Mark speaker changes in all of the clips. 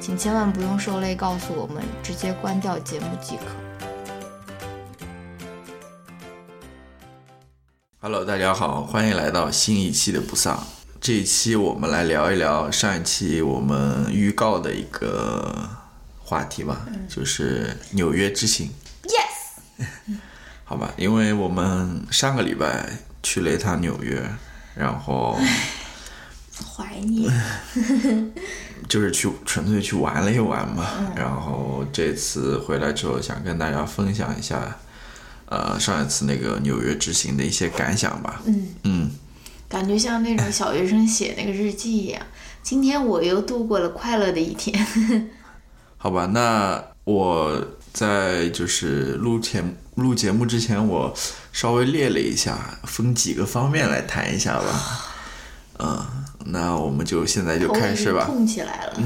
Speaker 1: 请千万不用受累告诉我们，直接关掉节目即可。
Speaker 2: Hello，大家好，欢迎来到新一期的不丧。这一期我们来聊一聊上一期我们预告的一个话题吧，就是纽约之行，
Speaker 1: 嗯 Yes，
Speaker 2: 好吧？因为我们上个礼拜去了一趟纽约，然后
Speaker 1: 怀念。
Speaker 2: 就是去纯粹去玩了一玩嘛。
Speaker 1: 嗯
Speaker 2: 然后这次回来之后，想跟大家分享一下，呃，上一次那个纽约之行的一些感想吧。
Speaker 3: 嗯
Speaker 2: 嗯，
Speaker 3: 感觉像那种小学生写那个日记一样。今天我又度过了快乐的一天。
Speaker 2: 好吧，那我在就是录节录节目之前，我稍微列了一下，分几个方面来谈一下吧。嗯，那我们就现在就
Speaker 3: 头
Speaker 2: 开始吧，
Speaker 3: 痛起来了。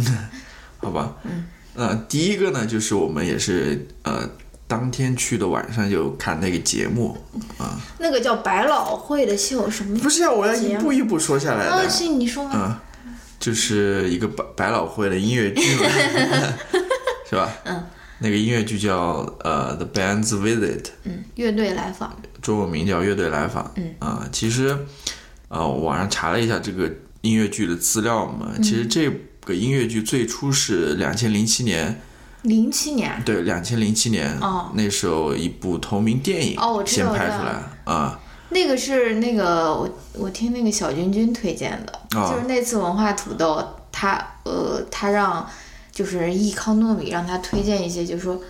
Speaker 2: 好吧？嗯。那第一个呢，就是我们也是呃，当天去的晚上就看那个节目啊、
Speaker 3: 那个叫百老汇的秀什么？
Speaker 2: 不是啊，我要一
Speaker 3: 节目
Speaker 2: 步一步说下来
Speaker 3: 啊，
Speaker 2: 的。
Speaker 3: 是你说吗？
Speaker 2: 嗯，就是一个百百老汇的音乐剧嘛，是吧？嗯，那个音乐剧叫呃《The Band's Visit》，
Speaker 3: 嗯，乐队来访。
Speaker 2: 中文名叫《乐队来访》。
Speaker 3: 嗯
Speaker 2: 啊、其实啊、呃，我网上查了一下这个音乐剧的资料嘛，
Speaker 3: 嗯
Speaker 2: 其实这个音乐剧最初是两千零七年，
Speaker 3: 零七年，
Speaker 2: 对，两千零七年、
Speaker 3: 哦
Speaker 2: 那时候一部同名电影
Speaker 3: 哦我知
Speaker 2: 先
Speaker 3: 道
Speaker 2: 拍出
Speaker 3: 我知道
Speaker 2: 来啊、
Speaker 3: 那个是那个我我听那个小君君推荐的，
Speaker 2: 哦
Speaker 3: 就是那次文化土豆，他呃他让就是易康糯米让他推荐一些，就是说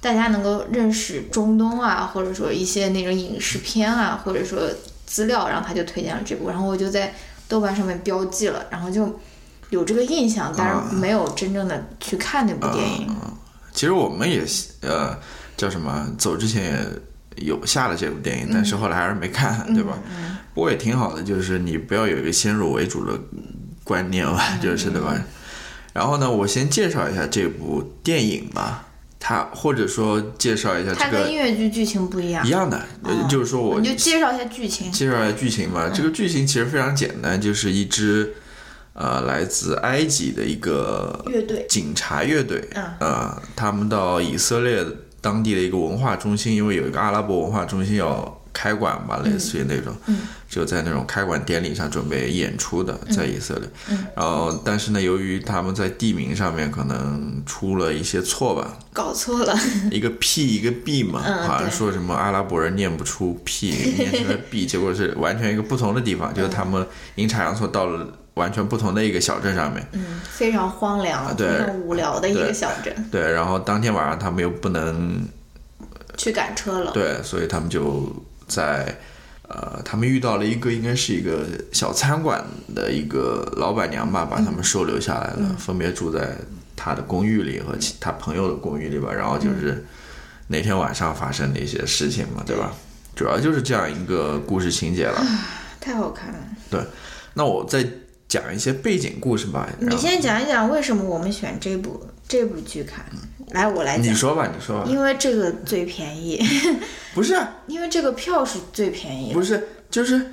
Speaker 3: 大家能够认识中东啊，或者说一些那种影视片啊，或者说资料，然后他就推荐了这部，然后我就在豆瓣上面标记了，然后就有这个印象，但
Speaker 2: 啊
Speaker 3: 是没有真正的去看那部电影。
Speaker 2: 其实我们也呃叫什么，走之前也有下了这部电影，但是后来还是没看，
Speaker 3: 嗯
Speaker 2: 对吧？不过也挺好的，就是你不要有一个先入为主的观念吧，
Speaker 3: 嗯
Speaker 2: 就是对吧？然后呢，我先介绍一下这部电影吧，它或者说介绍一下
Speaker 3: 它
Speaker 2: 这
Speaker 3: 跟音
Speaker 2: 个
Speaker 3: 乐剧剧情不一样哦
Speaker 2: 一，样的，呃就是说我
Speaker 3: 你就介绍一下剧情。
Speaker 2: 介绍一下剧情
Speaker 3: 嗯
Speaker 2: 吧。这个剧情其实非常简单，就是一支呃来自埃及的一个
Speaker 3: 乐队
Speaker 2: 警察乐队，
Speaker 3: 嗯
Speaker 2: 呃，他们到以色列当地的一个文化中心，因为有一个阿拉伯文化中心要开馆吧，
Speaker 3: 嗯
Speaker 2: 类似于那种，就在那种开馆典礼上准备演出的，
Speaker 3: 嗯
Speaker 2: 在以色列。然后，但是呢，由于他们在地名上面可能出了一些错吧，
Speaker 3: 搞错了，
Speaker 2: 一个 P 一个 B 嘛，
Speaker 3: 嗯
Speaker 2: 好像
Speaker 3: 对
Speaker 2: 说什么阿拉伯人念不出 P，念成了 B，结果是完全一个不同的地
Speaker 3: 嗯
Speaker 2: 方，就是他们阴差阳错到了完全不同的一个小镇上面。
Speaker 3: 嗯，非常荒凉、
Speaker 2: 啊对
Speaker 3: 非常无聊的一
Speaker 2: 对
Speaker 3: 个小镇，
Speaker 2: 对，然后当天晚上他们又不能
Speaker 3: 去赶车了。
Speaker 2: 对，所以他们就在呃，他们遇到了一个应该是一个小餐馆的一个老板娘吧，把他们收留下来了，
Speaker 3: 嗯
Speaker 2: 分别住在他的公寓里和其他朋友的公寓里吧。然后就是那天晚上发生的一些事情嘛，对
Speaker 3: 嗯
Speaker 2: 吧？主要就是这样一个故事情 节了。
Speaker 3: 太好看了！
Speaker 2: 那我再讲一些背景故事吧。然
Speaker 3: 你
Speaker 2: 后
Speaker 3: 先讲一讲为什么我们选这部这部剧看。来，我来
Speaker 2: 嗯你
Speaker 3: 讲，
Speaker 2: 说吧，你说吧。
Speaker 3: 因为这个最便宜，
Speaker 2: 不是啊，
Speaker 3: 因为这个票是最便宜的。
Speaker 2: 不是，就是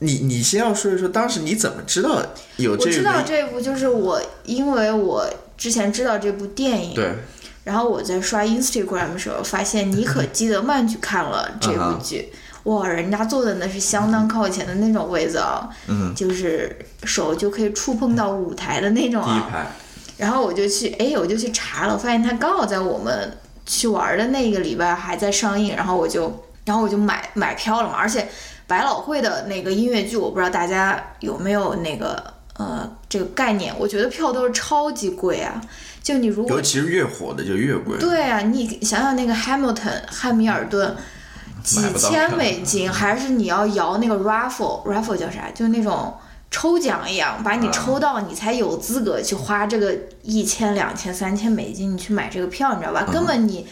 Speaker 2: 你，你先要说一说当时你怎么知道有
Speaker 3: 我
Speaker 2: 这
Speaker 3: 知道
Speaker 2: 个？
Speaker 3: 这部就是我，因为我之前知道这部电影，
Speaker 2: 对，嗯
Speaker 3: 然后我在刷 Instagram 的时候，发现妮可基德曼去看了这部
Speaker 2: 啊
Speaker 3: 剧，哇，人家坐的那是相当靠前的那种位子啊，
Speaker 2: 嗯，
Speaker 3: 就是手就可以触碰到舞台的那种
Speaker 2: 第一
Speaker 3: 啊。
Speaker 2: 排。
Speaker 3: 哎然后我就去，哎，我就去查了，发现他刚好在我们去玩的那个礼拜还在上映，然后我就然后我就买买票了嘛。而且百老汇的那个音乐剧，我不知道大家有没有那个呃这个概念，我觉得票都是超级贵啊。就你如果
Speaker 2: 尤其是越火的就越贵，
Speaker 3: 对啊，你想想那个 Hamilton 汉密尔顿，几
Speaker 2: 买不到
Speaker 3: 千
Speaker 2: 票
Speaker 3: 美金，还是你要摇那个 raffle raffle 叫啥？就是那种抽奖一样，把你
Speaker 2: 啊
Speaker 3: 抽到，你才有资格去花这个一千、两千、三千美金，你去买这个票，你知道
Speaker 2: 嗯
Speaker 3: 吧？根本你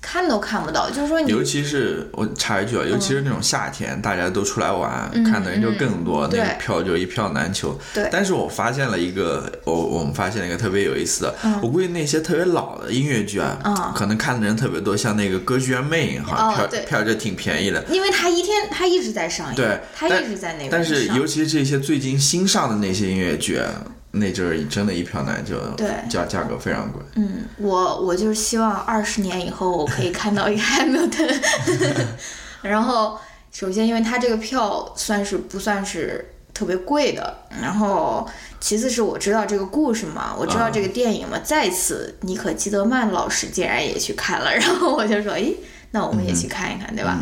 Speaker 3: 看都看不到，就是说你
Speaker 2: 尤其是我插一句啊，尤其是那种夏天，大家都出来玩，看的人就更多，那个
Speaker 3: 嗯对
Speaker 2: 票就一票难求。
Speaker 3: 对
Speaker 2: 但是我发现了一个，我我们发现了一个特别有意思的，我估计那些特别老的音乐剧啊，
Speaker 3: 嗯
Speaker 2: 可能看的人特别多，像那个《歌剧院魅影》哈，
Speaker 3: 哦
Speaker 2: 票
Speaker 3: 对
Speaker 2: 票就挺便宜的。
Speaker 3: 因为它一天它一直在上映，
Speaker 2: 对
Speaker 3: 它
Speaker 2: 但
Speaker 3: 一直在那边
Speaker 2: 但是
Speaker 3: 上
Speaker 2: 尤其这些最近新上的那些音乐剧啊，那就是真的一票难求，
Speaker 3: 对
Speaker 2: 价价格非常贵。
Speaker 3: 嗯，我我就是希望二十年以后我可以看到一个 Hamilton。然后，首先因为它这个票算是不算是特别贵的，然后其次是我知道这个故事嘛，我知道这个电影嘛。再次，尼可基德曼老师竟然也去看了，然后我就说，诶，那我们也去看一看，对吧？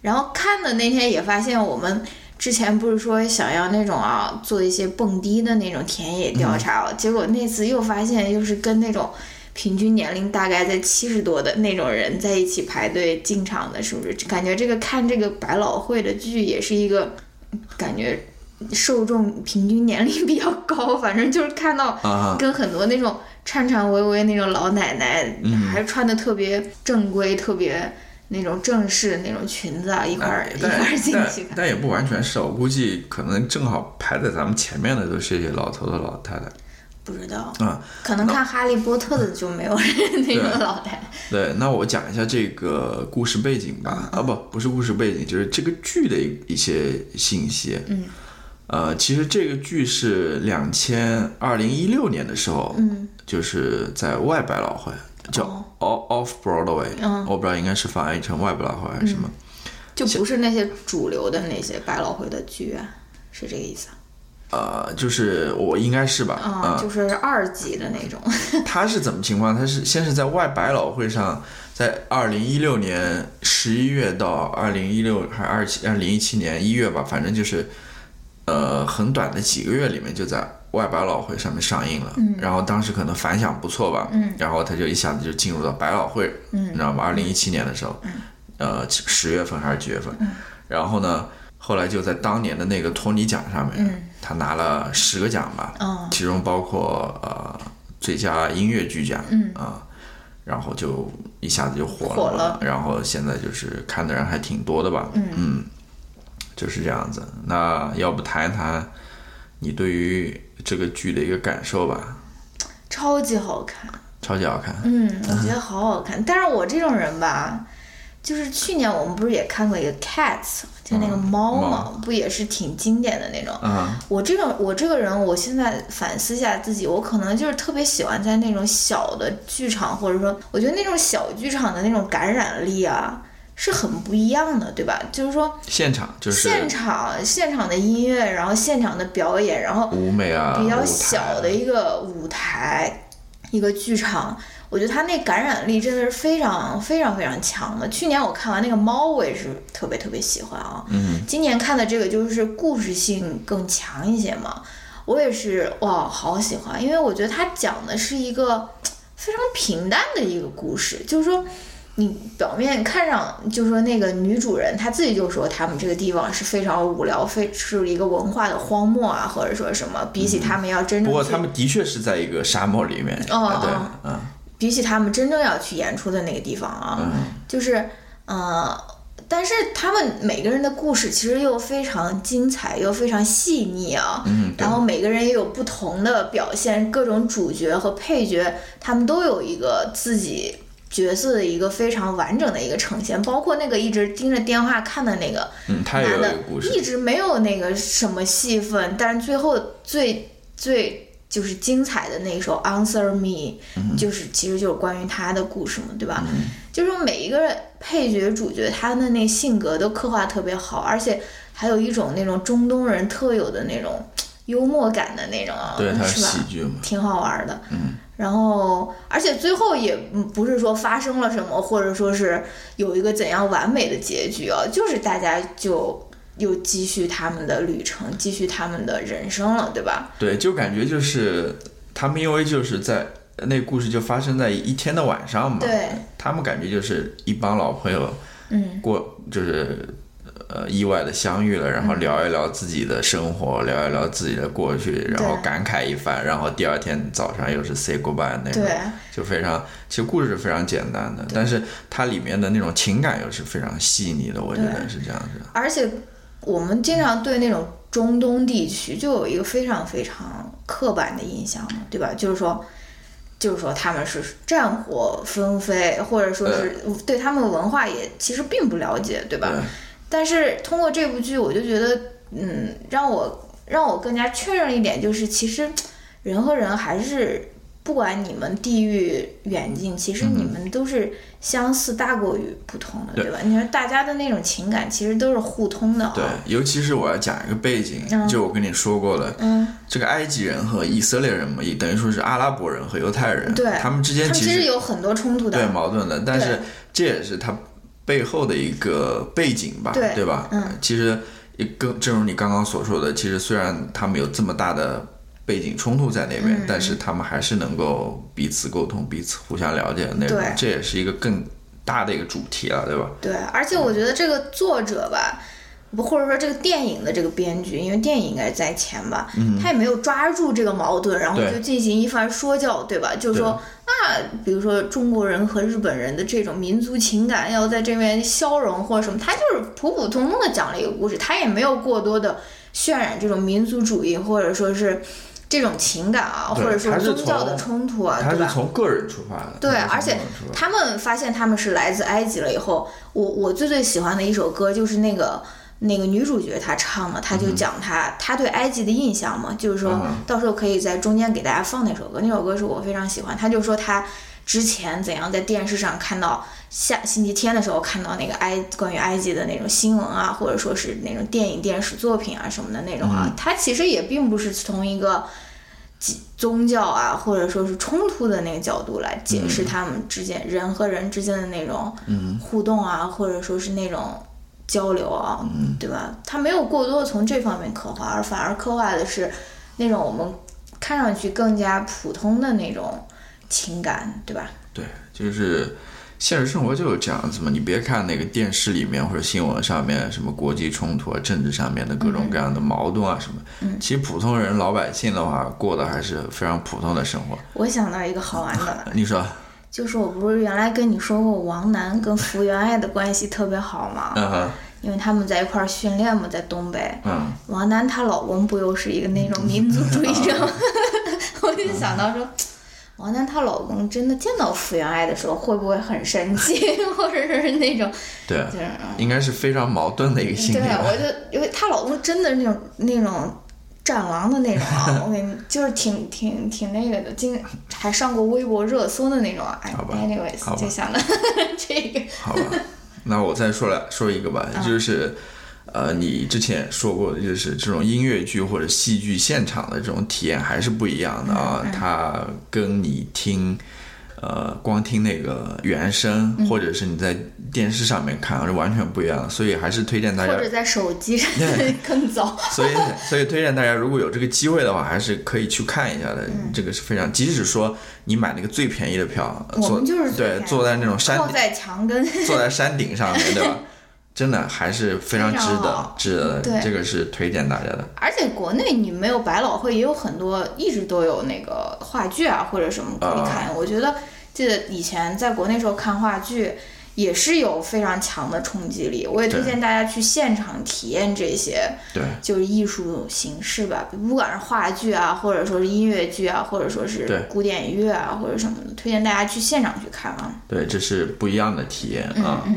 Speaker 3: 然后看的那天也发现我们。之前不是说想要那种啊，做一些蹦迪的那种田野调查、哦，结果那次又发现又是跟那种平均年龄大概在七十多的那种人在一起排队进场的，是不是？感觉这个看这个百老汇的剧也是一个感觉受众平均年龄比较高，反正就是看到
Speaker 2: 啊
Speaker 3: 跟很多那种颤颤巍巍那种老奶奶，
Speaker 2: 嗯
Speaker 3: 还穿的特别正规、特别那种正式那种裙子啊，一块儿
Speaker 2: 哎
Speaker 3: 一块
Speaker 2: 但
Speaker 3: 儿进
Speaker 2: 但
Speaker 3: 去看。
Speaker 2: 但也不完全是啊，我估计可能正好排在咱们前面的都是一些老头子老太太。
Speaker 3: 不知道，
Speaker 2: 啊，
Speaker 3: 可能看《哈利波特》的就没有人那种老太太。
Speaker 2: 对，那我讲一下这个故事背景吧。啊，不，不是故事背景，就是这个剧的一一些信息。嗯，呃，其实这个剧是两千二零一六年的时候，嗯，就是在外百老汇叫
Speaker 3: 哦
Speaker 2: Off Off Broadway，、我
Speaker 3: 嗯
Speaker 2: 不知道应该是翻译成外百老汇还是什么。
Speaker 3: 就不是那些主流的那些百老汇的剧、啊，是这个意思啊
Speaker 2: 呃，就是我应该是吧？啊、
Speaker 3: 啊？就是二级的那种，
Speaker 2: 他是怎么情况？他是先是在外百老汇上，在二零一六年十一月到二零一六还二七二零一七年一月吧，反正就是，呃，很短的几个月里面就在外百老汇上面上映了。然后当时可能反响不错吧，然后他就一下子就进入到百老汇，你知道吗？二零一七年的时候，呃，十月份还是几月份？然后呢，后来就在当年的那个托尼奖上面，他拿了十个奖吧，
Speaker 3: 啊嗯
Speaker 2: 其中包括呃最佳音乐剧奖，嗯啊、然后就一下子就火了，
Speaker 3: 火了
Speaker 2: 然后现在就是看的人还挺多的吧，嗯就是这样子。那要不谈一谈你对于这个剧的一个感受吧？
Speaker 3: 超级好看。
Speaker 2: 超级好看，
Speaker 3: 嗯，我觉得好好看。但是我这种人吧，就是去年我们不是也看过一个 Cats，就那个猫嘛，不也是挺经典的那种。
Speaker 2: 嗯
Speaker 3: 我这种我这个人，我现在反思一下自己，我可能就是特别喜欢在那种小的剧场，或者说，我觉得那种小剧场的那种感染力啊，是很不一样的，对吧？就是说，
Speaker 2: 现场就是
Speaker 3: 现场现场的音乐，然后现场的表演，然后
Speaker 2: 舞美啊，
Speaker 3: 比
Speaker 2: 舞
Speaker 3: 较嗯
Speaker 2: 台
Speaker 3: 小的一个舞台，一个剧场，我觉得它那感染力真的是非常非常非常强的。去年我看完那个猫，我也是特别特别喜欢啊。嗯，今年看的这个就是故事性更强一些嘛。我也是哇，好喜欢，因为我觉得它讲的是一个非常平淡的一个故事，就是说。你表面看上，就说那个女主人她自己就说，他们这个地方是非常无聊，非是一个文化的荒漠啊，或者说什么，比起他们要真正去、
Speaker 2: 嗯不过他们的确是在一个沙漠里面，
Speaker 3: 哦
Speaker 2: 啊嗯对，
Speaker 3: 哦
Speaker 2: 嗯，
Speaker 3: 比起他们真正要去演出的那个地方啊，就是呃，但是他们每个人的故事其实又非常精彩，又非常细腻啊。
Speaker 2: 嗯对
Speaker 3: 然后每个人也有不同的表现，各种主角和配角，他们都有一个自己角色的一个非常完整的一个呈现，包括那个一直盯着电话看的那个，
Speaker 2: 嗯，他也有
Speaker 3: 男
Speaker 2: 一
Speaker 3: 的
Speaker 2: 个故事，
Speaker 3: 一直没有那个什么戏份，但是最后最最就是精彩的那一首《Answer Me》，就是
Speaker 2: 嗯
Speaker 3: 其实就是关于他的故事嘛，对吧？就是每一个配角主角他的那性格都刻画特别好，而且还有一种那种中东人特有的那种。幽默感的那种，啊
Speaker 2: 对，它
Speaker 3: 是
Speaker 2: 是
Speaker 3: 吧？
Speaker 2: 喜剧嘛，
Speaker 3: 挺好玩的。嗯，然后而且最后也嗯不是说发生了什么，或者说是有一个怎样完美的结局啊，就是大家就又继续他们的旅程，继续他们的人生了，对吧？
Speaker 2: 对，就感觉就是他们因为就是在那故事就发生在一天的晚上嘛，
Speaker 3: 对，
Speaker 2: 他们感觉就是一帮老朋友
Speaker 3: 嗯，
Speaker 2: 过就是呃意外的相遇了，然
Speaker 3: 嗯
Speaker 2: 后聊一聊自己的生活，聊一聊自己的过去，然后
Speaker 3: 对
Speaker 2: 感慨一番，然后第二天早上又是 say goodbye 那种，
Speaker 3: 对，
Speaker 2: 就非常其实故事是非常简单的，但是它里面的那种情感又是非常细腻的，我觉得是这样子的。
Speaker 3: 而且我们经常对那种中东地区就有一个非常非常刻板的印象嘛，对吧？就是说。就是说他们是战火纷飞，或者说是对他们文化也其实并不了解，对吧？
Speaker 2: 对
Speaker 3: 但是通过这部剧，我就觉得，嗯，让我让我更加确认一点，就是其实人和人还是不管你们地域远近，其实你们都是相似大过于不同的，
Speaker 2: 嗯对
Speaker 3: 对吧？你说大家的那种情感其实都是互通的啊、
Speaker 2: 对，尤其是我要讲一个背景，就我跟你说过了，
Speaker 3: 嗯，
Speaker 2: 这个埃及人和以色列人嘛，也等于说是阿拉伯人和犹太人，
Speaker 3: 对
Speaker 2: 他们之
Speaker 3: 他
Speaker 2: 间
Speaker 3: 们
Speaker 2: 其
Speaker 3: 其实
Speaker 2: 实
Speaker 3: 有很多冲突
Speaker 2: 对
Speaker 3: 的，啊
Speaker 2: 矛盾的，但
Speaker 3: 对
Speaker 2: 是这也是它背后的一个背景吧，
Speaker 3: 对
Speaker 2: 对吧？
Speaker 3: 嗯，
Speaker 2: 其实也跟正如你刚刚所说的，其实虽然他们有这么大的背景冲突在那
Speaker 3: 嗯
Speaker 2: 边，但是他们还是能够彼此沟通、彼此互相了解的那种
Speaker 3: 对，
Speaker 2: 这也是一个更大的一个主题了，对吧？
Speaker 3: 对，而且我觉得这个作者吧，不或者说这个电影的这个编剧，因为电影应该是在前吧，他也没有抓住这个矛盾，然后
Speaker 2: 嗯对
Speaker 3: 就进行一番说教，对吧？就是说，那比如说中国人和日本人的这种民族情感要在这边消融或者什么，他就是普普通通的讲了一个故事，他也没有过多的渲染这种民族主义或者说是这种情感啊，
Speaker 2: 对
Speaker 3: 或者说
Speaker 2: 他是
Speaker 3: 宗教的
Speaker 2: 从
Speaker 3: 冲突啊，
Speaker 2: 他
Speaker 3: 对吧？
Speaker 2: 是从个人出发的，
Speaker 3: 对
Speaker 2: 他是从
Speaker 3: 而且
Speaker 2: 个人出发
Speaker 3: 他们发现他们是来自埃及了以后，我我最最喜欢的一首歌就是那个那个女主角她唱的，她就讲她、她对埃及的印象嘛，就是说
Speaker 2: 嗯
Speaker 3: 到时候可以在中间给大家放那首歌，那首歌是我非常喜欢。她就说她之前怎样在电视上看到下星期天的时候看到那个埃关于埃及的那种新闻啊，或者说是那种电影电视作品啊什么的那种
Speaker 2: 嗯
Speaker 3: 啊，她其实也并不是从一个。宗教啊，或者说是冲突的那个角度来解释他们之间、人和人之间的那种互动啊，或者说是那种交流啊，对吧？他没有过多地从这方面刻画，而反而刻画的是那种我们看上去更加普通的那种情感，对吧？
Speaker 2: 对，就是现实生活就是这样子嘛。你别看那个电视里面或者新闻上面什么国际冲突啊、政治上面的各种各样的矛盾啊什么，其实普通人老百姓的话，过的还是非常普通的生活。
Speaker 3: 我想到一个好玩的，
Speaker 2: 你说，
Speaker 3: 就是我不是原来跟你说过王楠跟福原爱的关系特别好吗？
Speaker 2: 嗯哼，
Speaker 3: 因为他们在一块儿训练嘛，在东北。
Speaker 2: 嗯，
Speaker 3: 王楠她老公不又是一个那种民族主义者 吗？ 我就想到说，王楠她老公真的见到福原爱的时候，会不会很生 气，或者是那种
Speaker 2: 对，
Speaker 3: 就是
Speaker 2: 应该是非常矛盾的一个心理
Speaker 3: 对，
Speaker 2: 吧。
Speaker 3: 我就因为她老公真的是那种那种战狼的那种 啊，我跟你就是挺挺挺那个的，经还上过微博热搜的那种啊。哎
Speaker 2: 好吧好
Speaker 3: ，anyways，
Speaker 2: 吧
Speaker 3: 就想到 这个，
Speaker 2: 好吧，那我再说来说一个吧，就是。呃，你之前说过的就是这种音乐剧或者戏剧现场的这种体验还是不一样的啊，它跟你听，呃，光听那个原声，或者是你在电视上面看是完全不一样的，所以还是推荐大家
Speaker 3: 或，者在手机上
Speaker 2: 哎
Speaker 3: 更早。
Speaker 2: 所以 所以推荐大家如果有这个机会的话，还是可以去看一下的，嗯这个是非常，即使说你买那个最便宜的票，
Speaker 3: 我
Speaker 2: 坐
Speaker 3: 们就是最
Speaker 2: 对
Speaker 3: 便宜
Speaker 2: 坐在那种山
Speaker 3: 靠
Speaker 2: 顶
Speaker 3: 在墙根，
Speaker 2: 坐在山顶上面，对吧？ 真的还是非常值
Speaker 3: 非常
Speaker 2: 得
Speaker 3: 好，
Speaker 2: 值得的，
Speaker 3: 对
Speaker 2: 这个是推荐大家的。
Speaker 3: 而且国内你没有百老汇，也有很多一直都有那个话剧啊或者什么可以看。我觉得记得以前在国内时候看话剧，也是有非常强的冲击力。我也推
Speaker 2: 对
Speaker 3: 荐大家去现场体验这些
Speaker 2: 对
Speaker 3: 就是艺术形式吧，不管是话剧啊，或者说是音乐剧啊，或者说
Speaker 2: 对
Speaker 3: 是古典乐啊，或者什么的，推荐大家去现场去看啊。
Speaker 2: 对，这是不一样的体验啊。
Speaker 3: 嗯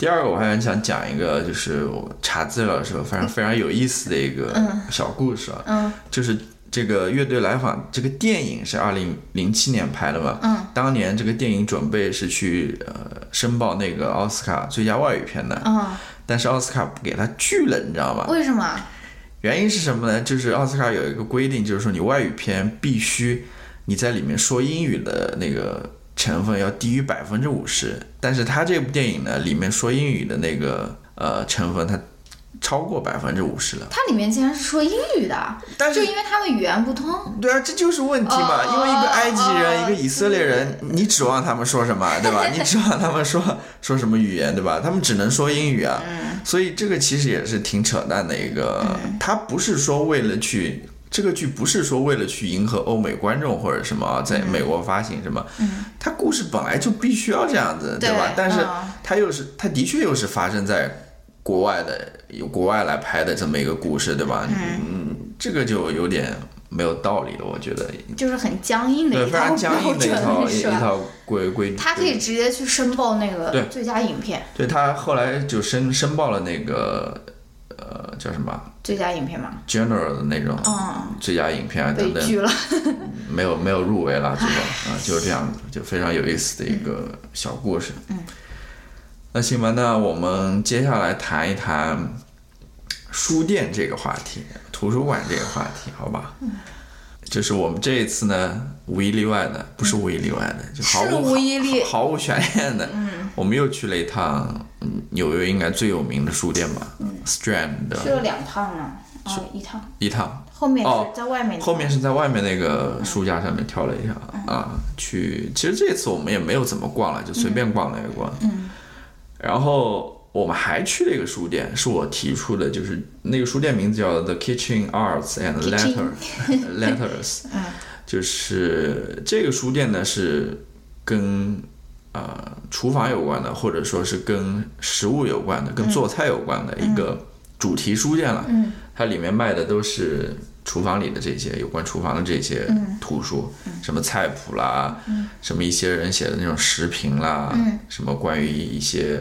Speaker 2: 第二个，我还想讲一个，就是我查资料的时候，反正非常有意思的一个小故事啊，
Speaker 3: 嗯
Speaker 2: 就是这个乐队来访这个电影是二零零七年拍的嘛，
Speaker 3: 嗯，
Speaker 2: 当年这个电影准备是去呃申报那个奥斯卡最佳外语片的，
Speaker 3: 嗯，
Speaker 2: 但是奥斯卡不给他拒了，你知道吗？
Speaker 3: 为什么？
Speaker 2: 原因是什么呢？就是奥斯卡有一个规定，就是说你外语片必须你在里面说英语的那个成分要低于百分之五十，但是他这部电影呢，里面说英语的那个呃成分，它超过百分之五十了。
Speaker 3: 它里面竟然是说英语的，
Speaker 2: 但是
Speaker 3: 就因为他们语言不通。
Speaker 2: 对啊，这就是问题嘛，
Speaker 3: 哦
Speaker 2: 因为一个埃及
Speaker 3: 哦
Speaker 2: 人，一个以色列人，你指望他们说什么，对吧？你指望他们说说什么语言，对吧？他们只能说英语啊，所以这个其实也是挺扯淡的一个，
Speaker 3: 嗯
Speaker 2: 他不是说为了去。这个剧不是说为了去迎合欧美观众或者什么啊，在
Speaker 3: 嗯
Speaker 2: 美国发行什么，它故事本来就必须要这样子，对吧
Speaker 3: 对？
Speaker 2: 但是
Speaker 3: 嗯
Speaker 2: 它又是它的确又是发生在国外的，由国外来拍的这么一个故事，对吧？嗯，这个就有点没有道理了，我觉得。
Speaker 3: 就是很僵硬的
Speaker 2: 对，
Speaker 3: 一
Speaker 2: 非
Speaker 3: 套
Speaker 2: 常僵
Speaker 3: 标
Speaker 2: 硬的一套
Speaker 3: 准，
Speaker 2: 一
Speaker 3: 是
Speaker 2: 一
Speaker 3: 吧？
Speaker 2: 套规规矩。
Speaker 3: 他可以直接去申报那
Speaker 2: 对
Speaker 3: 个最佳影片，
Speaker 2: 对他后来就申申报了那个呃叫什么啊
Speaker 3: 最佳影片嘛，
Speaker 2: general 的那种
Speaker 3: 嗯，
Speaker 2: 最佳影片啊等
Speaker 3: 被
Speaker 2: 等，
Speaker 3: 拒了。
Speaker 2: 没有没有入围了，这种啊就是这样子，就非常有意思的一个小故事。嗯，那行吧，那我们接下来谈一谈书店这个话题，图书馆这个话题，好吧？嗯，就是我们这一次呢，无一例外的，不是无一例外的，就毫
Speaker 3: 是
Speaker 2: 无
Speaker 3: 无一例
Speaker 2: 毫毫无悬念的，嗯，我们又去了一趟嗯纽约应该最有名的书店吧、s t r a n d
Speaker 3: 去
Speaker 2: 的
Speaker 3: 了两趟呢，哦，一趟，
Speaker 2: 一趟，
Speaker 3: 后面
Speaker 2: 哦
Speaker 3: 是在外面的，
Speaker 2: 后面是在外面那个书架上面挑了一下、啊，去。其实这次我们也没有怎么逛了，就随便逛了一逛。嗯。然后我们还去了一个书店，是我提出的，就是那个书店名字叫 The Kitchen Arts and Letter Letters，就是这个书店呢是跟呃厨房有关的，或者说是跟食物有关的、跟做菜有关的一个主题书店了。嗯，它里面卖的都是厨房里的这些有关厨房的这些图书，什么菜谱啦，什么一些人写的那种食评啦，什么关于一些。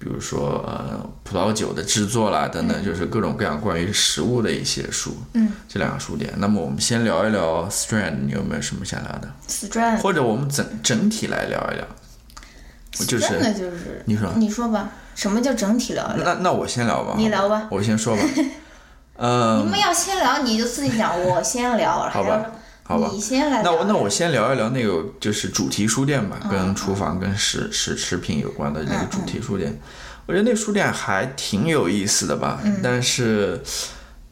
Speaker 2: 比如说，呃，葡萄酒的制作啦，等
Speaker 3: 嗯
Speaker 2: 等，就是各种各样关于食物的一些书。嗯，这两个书店。那么我们先聊一聊 Strand，你有没有什么想聊的？
Speaker 3: 死转，
Speaker 2: 或者我们整整体来聊一聊。就是
Speaker 3: 真的就是，
Speaker 2: 你说
Speaker 3: 你说吧，什么叫整体聊一聊？
Speaker 2: 那那我先聊吧，
Speaker 3: 你聊吧，
Speaker 2: 我先说吧。
Speaker 3: 你
Speaker 2: 嗯，
Speaker 3: 们要先聊，你就自己 讲，我先聊，然
Speaker 2: 好
Speaker 3: 后
Speaker 2: 吧好吧
Speaker 3: 你先来
Speaker 2: 那
Speaker 3: 聊。嗯
Speaker 2: 我那我先聊一聊那个就是主题书店吧，跟厨房跟食食食品有关的那个主题书店，我觉得那个书店还挺有意思的吧，但是，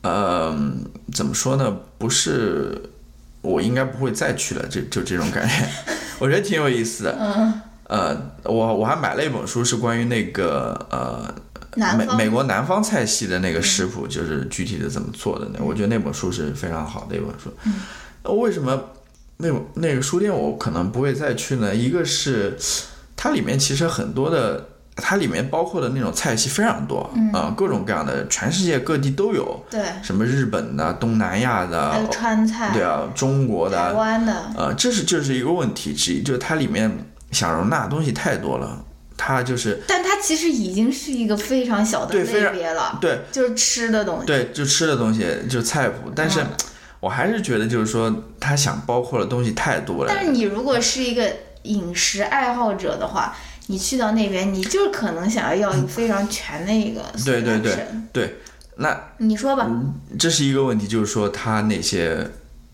Speaker 2: 嗯，怎么说呢？不是，我应该不会再去了，就就这种 感觉，我觉得挺有意思的。嗯，呃，我我还买了一本书，是关于那个呃
Speaker 3: 南
Speaker 2: 美
Speaker 3: 方嗯
Speaker 2: 美国南方菜系的那个食谱，就是具体的怎么做的那，我觉得那本书是非常好的一本书。
Speaker 3: 嗯
Speaker 2: 呃为什么那本那个书店我可能不会再去呢？一个是它里面其实很多的，它里面包括的那种菜系非常多啊、各种各样的，全世界各地都有，
Speaker 3: 嗯对，
Speaker 2: 什么日本的、东南亚
Speaker 3: 还有
Speaker 2: 的，
Speaker 3: 川菜，
Speaker 2: 啊哦对啊，中国的，
Speaker 3: 台湾的，
Speaker 2: 呃，这是这是一个问题之一，就是它里面想容纳的东西太多了，它就是
Speaker 3: 但它其实已经是一个非常小的
Speaker 2: 对非
Speaker 3: 类
Speaker 2: 常
Speaker 3: 别了，
Speaker 2: 对
Speaker 3: 就是吃的东西。
Speaker 2: 对，就吃的东西就菜谱，但是我还是觉得就是说他想包括的东西太多了。
Speaker 3: 但是你如果是一个饮食爱好者的话，你去到那边，你就是可能想要要一个非常全的一个 option。
Speaker 2: 嗯对对嗯对对，那
Speaker 3: 你说吧，
Speaker 2: 这是一个问题，就是说他那些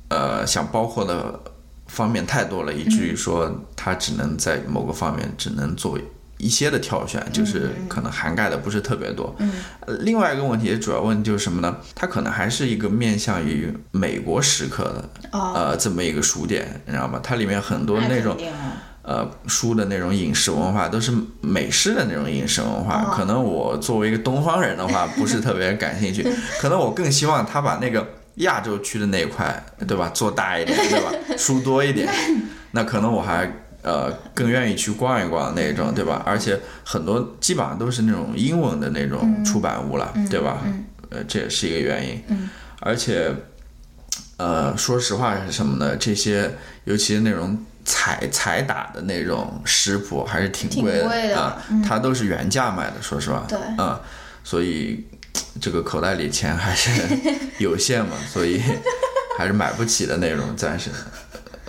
Speaker 2: 呃想包括的方面太多了，以至于说他只能在某个方面只能做一些的挑选，就是可能涵盖的不是特别多。嗯、另外一个问题，主要问题就是什么呢？它可能还是一个面向于美国食客的、
Speaker 3: 哦
Speaker 2: 呃这么一个书店，你知道吗？它里面很多
Speaker 3: 那
Speaker 2: 那
Speaker 3: 肯
Speaker 2: 种。
Speaker 3: 定啊
Speaker 2: 呃书的那种饮食文化，都是美式的那种饮食文化。可能我作为一个东方人的话，不是特别感兴趣，可能我更希望他把那个亚洲区的那一块，对吧，做大一点，对吧，书多一点，那可能我还。呃，更愿意去逛一逛那种，对吧？而且很多基本上都是那种英文的那种
Speaker 3: 嗯
Speaker 2: 出版物了，对吧？呃，这也是一个原因。
Speaker 3: 嗯
Speaker 2: 而且，呃，说实话是什么呢？这些尤其是那种彩彩打的那种食谱，还是挺
Speaker 3: 挺
Speaker 2: 贵的
Speaker 3: 贵的嗯
Speaker 2: 啊、它都是原价卖的，说实话。
Speaker 3: 对
Speaker 2: 啊、所以这个口袋里钱还是有限嘛，所以还是买不起的那种，暂时。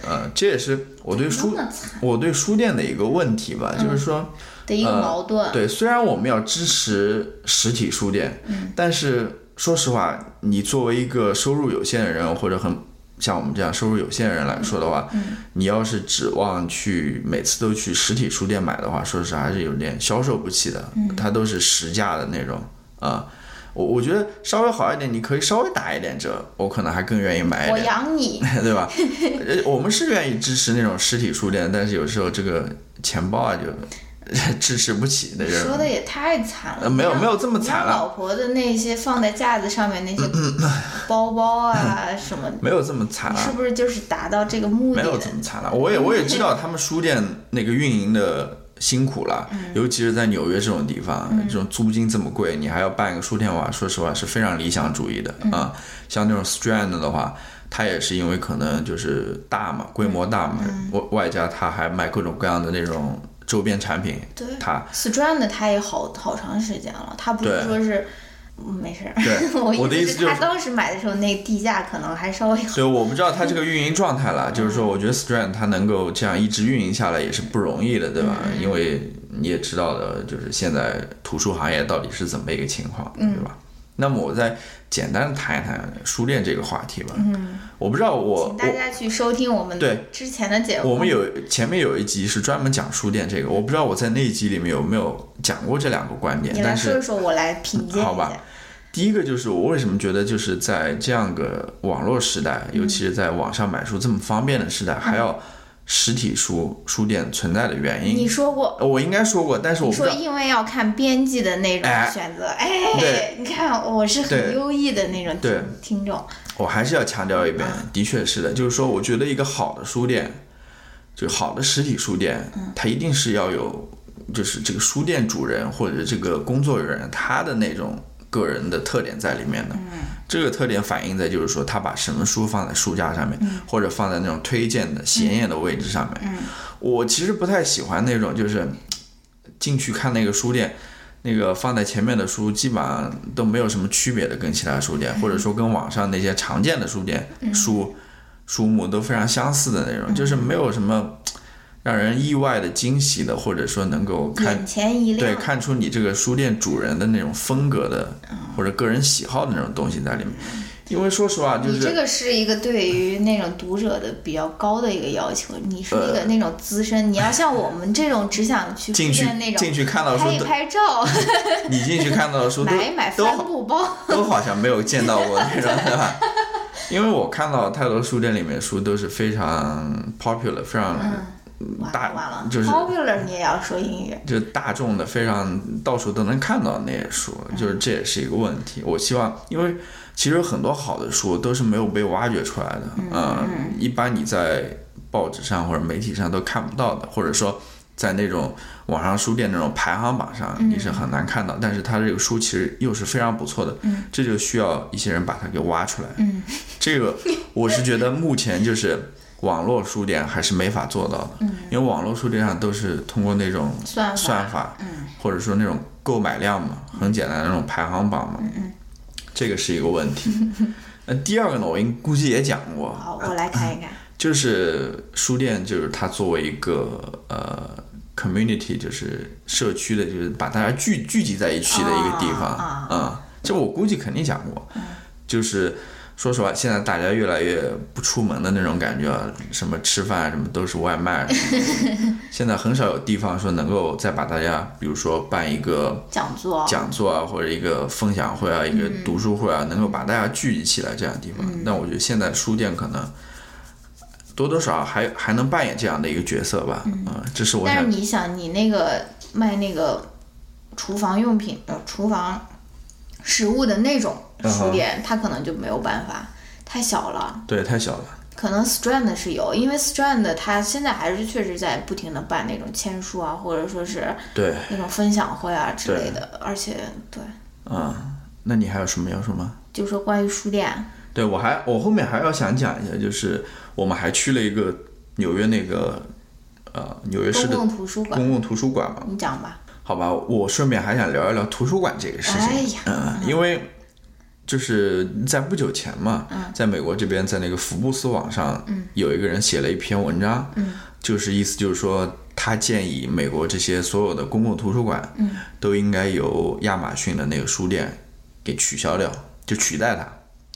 Speaker 2: 呃，这也是我对书
Speaker 3: 那么惨
Speaker 2: 我对书店的一个问题吧，就是说，呃
Speaker 3: 的一个矛盾。
Speaker 2: 对，虽然我们要支持实体书店，但是说实话，你作为一个收入有限的人，或者很像我们这样收入有限的人来说的话，你要是指望去每次都去实体书店买的话，说实话还是有点消受不起的。它都是实价的那种啊。我我觉得稍微好一点，你可以稍微打一点折，我可能还更愿意买一
Speaker 3: 我
Speaker 2: 点。
Speaker 3: 养你，
Speaker 2: 对吧？呃我们是愿意支持那种实体书店，但是有时候这个钱包啊就 支持不起的
Speaker 3: 你
Speaker 2: 人。
Speaker 3: 说的也太惨了。
Speaker 2: 呃没有
Speaker 3: 你让
Speaker 2: 没有这么惨
Speaker 3: 你
Speaker 2: 了嗯
Speaker 3: 让老婆的那些放在架子上面那些包包啊什么的，
Speaker 2: 没有这么嗯惨
Speaker 3: 你是
Speaker 2: 啊，
Speaker 3: 不是就是达到这个目
Speaker 2: 没
Speaker 3: 的
Speaker 2: 有
Speaker 3: 了？
Speaker 2: 这么惨啊。我也我也知道他们书店那个运营的辛苦啦，尤其是在纽约这种地方，这种租金这么贵，你还要办一个书店的话，说实话是非常理想主义的啊。像那种 Strand 的话。它也是因为可能就是大嘛，规模大嘛，外、外加它还卖各种各样的那种周边产品，
Speaker 3: 对
Speaker 2: 它
Speaker 3: Strand 的他也好好长时间了，他不
Speaker 2: 对
Speaker 3: 是说是。嗯没事儿，
Speaker 2: 对
Speaker 3: 我
Speaker 2: 我的意思
Speaker 3: 是
Speaker 2: 就是
Speaker 3: 他当时买的时候那地价可能还稍微好，
Speaker 2: 对，我不知道它这个运营状态啦，就是说，我觉得 Strand 它能够这样一直运营下来也是不容易的，对吧？因为你也知道的，就是现在图书行业到底是怎么一个情况，对吧？那么我再简单地谈一谈书店这个话题吧。嗯，我不知道我
Speaker 3: 请大
Speaker 2: 我
Speaker 3: 家去收听我们
Speaker 2: 对
Speaker 3: 之前的节目。
Speaker 2: 我们有前面有一集是专门讲书店这个，我不知道我在那一集里面有没有讲过这两个观点
Speaker 3: 你，来
Speaker 2: 但
Speaker 3: 说一
Speaker 2: 是
Speaker 3: 说，我来品鉴一下。
Speaker 2: 好吧第一个就是我为什么觉得就是在这样个网络时代，
Speaker 3: 嗯
Speaker 2: 尤其是在网上买书这么方便的时代，还要实体书书店存在的原
Speaker 3: 你
Speaker 2: 因。
Speaker 3: 说过，
Speaker 2: 我应该说过，但哎是
Speaker 3: 嗯
Speaker 2: 我
Speaker 3: 你
Speaker 2: 不知
Speaker 3: 说
Speaker 2: 道。
Speaker 3: 因为要看编辑的那种
Speaker 2: 哎
Speaker 3: 选择，哎，
Speaker 2: 对
Speaker 3: 你看我是
Speaker 2: 对
Speaker 3: 很优异的那种
Speaker 2: 对
Speaker 3: 听听众，
Speaker 2: 我还是要强调一遍，
Speaker 3: 嗯
Speaker 2: 的确是的，就是说，我觉得一个好的书店，就好的实体书店，
Speaker 3: 嗯
Speaker 2: 它一定是要有，就是这个书店主人或者这个工作人员他的那种个人的特点在里面的。这个特点反映在就是说，他把什么书放在书架上面，或者放在那种推荐的显眼的位置上面。我其实不太喜欢那种就是进去看那个书店，那个放在前面的书基本上都没有什么区别的，跟其他书店、或者说跟网上那些常见的书店、书书目都非常相似的那种，就是没有什么让人意外的惊喜的，或者说能够看
Speaker 3: 眼前一
Speaker 2: 对
Speaker 3: 亮。
Speaker 2: 看出你这个书店主人的那种风格的、
Speaker 3: 嗯
Speaker 2: 或者个人喜好的那种东西在里面。因为说实话，就
Speaker 3: 你这
Speaker 2: 是
Speaker 3: 个是一个对于那种读者的比较高的一个要求，你是一个那种资深，你要像我们这种只想去
Speaker 2: 呃进去
Speaker 3: 书店那种
Speaker 2: 进去看到书
Speaker 3: 拍一
Speaker 2: 都，
Speaker 3: 拍照、
Speaker 2: 你进去看到的书都
Speaker 3: 买一买
Speaker 2: 都
Speaker 3: 帆 布包，
Speaker 2: 都好像没有见到过那种，对吧？因为我看到太多书店里面书都是非常 popular，非常、
Speaker 3: 完
Speaker 2: 嗯大
Speaker 3: 了完了
Speaker 2: 就是
Speaker 3: ，popular 你也要说英语，
Speaker 2: 就是大众的，非常到处都能看到那些书，就是这也是一个问题。我希望，因为其实很多好的书都是没有被挖掘出来的，嗯，一般你在报纸上或者媒体上都看不到的，或者说在那种网上书店那种排行榜上你是很难看到，但是它这个书其实又是非常不错的，这就需要一些人把它给挖出来。嗯，这个我是觉得目前就是。网络书店还是没法做到的，因为网络书店上都是通过那种
Speaker 3: 算法
Speaker 2: 算法，或者说那种购买量嘛，很简单的那种排行榜嘛，这个是一个问题。那第二个呢，我应估计也讲过，啊
Speaker 3: 好，我来看一看。
Speaker 2: 嗯就是书店，就是它作为一个呃 community，就是社区的，就是把大家聚聚集在一起的一个地方
Speaker 3: 啊
Speaker 2: 嗯，这我估计肯定讲过，就是。说实话，现在大家越来越不出门的那种感觉啊，什么吃饭啊什么都是外卖啊什么 的现在很少有地方说能够再把大家，比如说办一个
Speaker 3: 讲座，
Speaker 2: 讲座啊，或者一个分享会啊，一个读书会啊，能够把大家聚集起来这样的地方。那我觉得现在书店可能多多少少还还能扮演这样的一个角色吧。嗯，这是我
Speaker 3: 但
Speaker 2: 想
Speaker 3: 是你想，你那个卖那个厨房用品、呃厨房食物的那种
Speaker 2: 嗯
Speaker 3: 书店，它可能就没有办法，太小了。
Speaker 2: 对太小了。
Speaker 3: 可能 Strand 是有，因为 Strand 它现在还是确实在不停的办那种签书啊，或者说是
Speaker 2: 对，
Speaker 3: 那种分享会啊之类的。而且，对，
Speaker 2: 嗯，那你还有什么要说吗？
Speaker 3: 就说关于书店，
Speaker 2: 对我还我后面还要想讲一下，就是我们还去了一个纽约那个呃纽约市
Speaker 3: 公
Speaker 2: 的
Speaker 3: 共图书馆，
Speaker 2: 公共图书馆嘛。
Speaker 3: 你讲吧。
Speaker 2: 好吧，我顺便还想聊一聊图书馆这个事情。
Speaker 3: 哎呀
Speaker 2: 嗯，因为就是在不久前嘛，
Speaker 3: 嗯
Speaker 2: 在美国这边，在那个福布斯网上，有一个人写了一篇文章，
Speaker 3: 嗯
Speaker 2: 就是意思就是说，他建议美国这些所有的
Speaker 3: 嗯
Speaker 2: 公共图书馆，都应该由亚马逊的那个书店给取消掉。就取代它。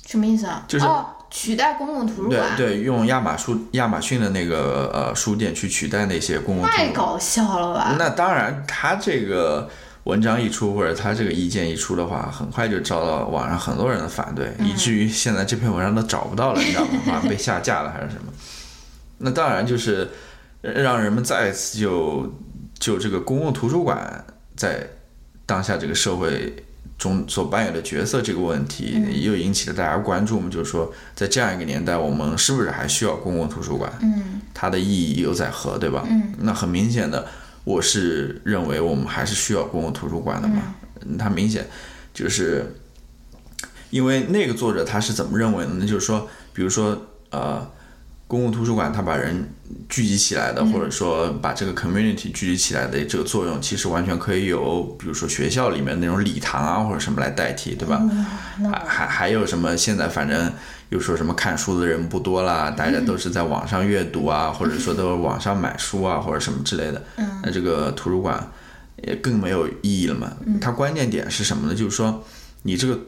Speaker 3: 什么意思啊？
Speaker 2: 就是
Speaker 3: 哦，取代公共图书
Speaker 2: 对
Speaker 3: 馆，
Speaker 2: 对，用亚马书亚马逊的那个呃书店去取代那些公共图
Speaker 3: 太
Speaker 2: 书馆。
Speaker 3: 搞笑了吧？
Speaker 2: 那当然，他这个文章一出，或者他这个意见一出的话，很快就遭到网上很多人的反对，以
Speaker 3: 嗯
Speaker 2: 至于现在这篇文章都找不到了，你知道 吗？好像被下架了还是什么？那当然就是让人们再一次就就这个公共图书馆在当下这个社会中所扮演的角色这个问题，
Speaker 3: 嗯
Speaker 2: 又引起了大家关注。我们就是说，在这样一个年代，我们是不是还需要公共图书馆？
Speaker 3: 嗯
Speaker 2: 它的意义又在何，对吧？
Speaker 3: 嗯，
Speaker 2: 那很明显的，我是认为我们还是需要公共图书馆的嘛。嗯、它明显就是因为那个作者他是怎么认为的呢？就是说，比如说呃，公共图书馆它把人聚集起来的，或者说把这个 community 聚集起来的这个作用，其实完全可以由比如说学校里面那种礼堂啊或者什么来代替，对吧？还啊还还有什么？现在反正又说什么看书的人不多啦，大家都是在网上阅读啊，或者说都是网上买书啊，或者什么之类的。那这个图书馆也更没有意义了嘛。它关键点是什么呢？就是说，你这个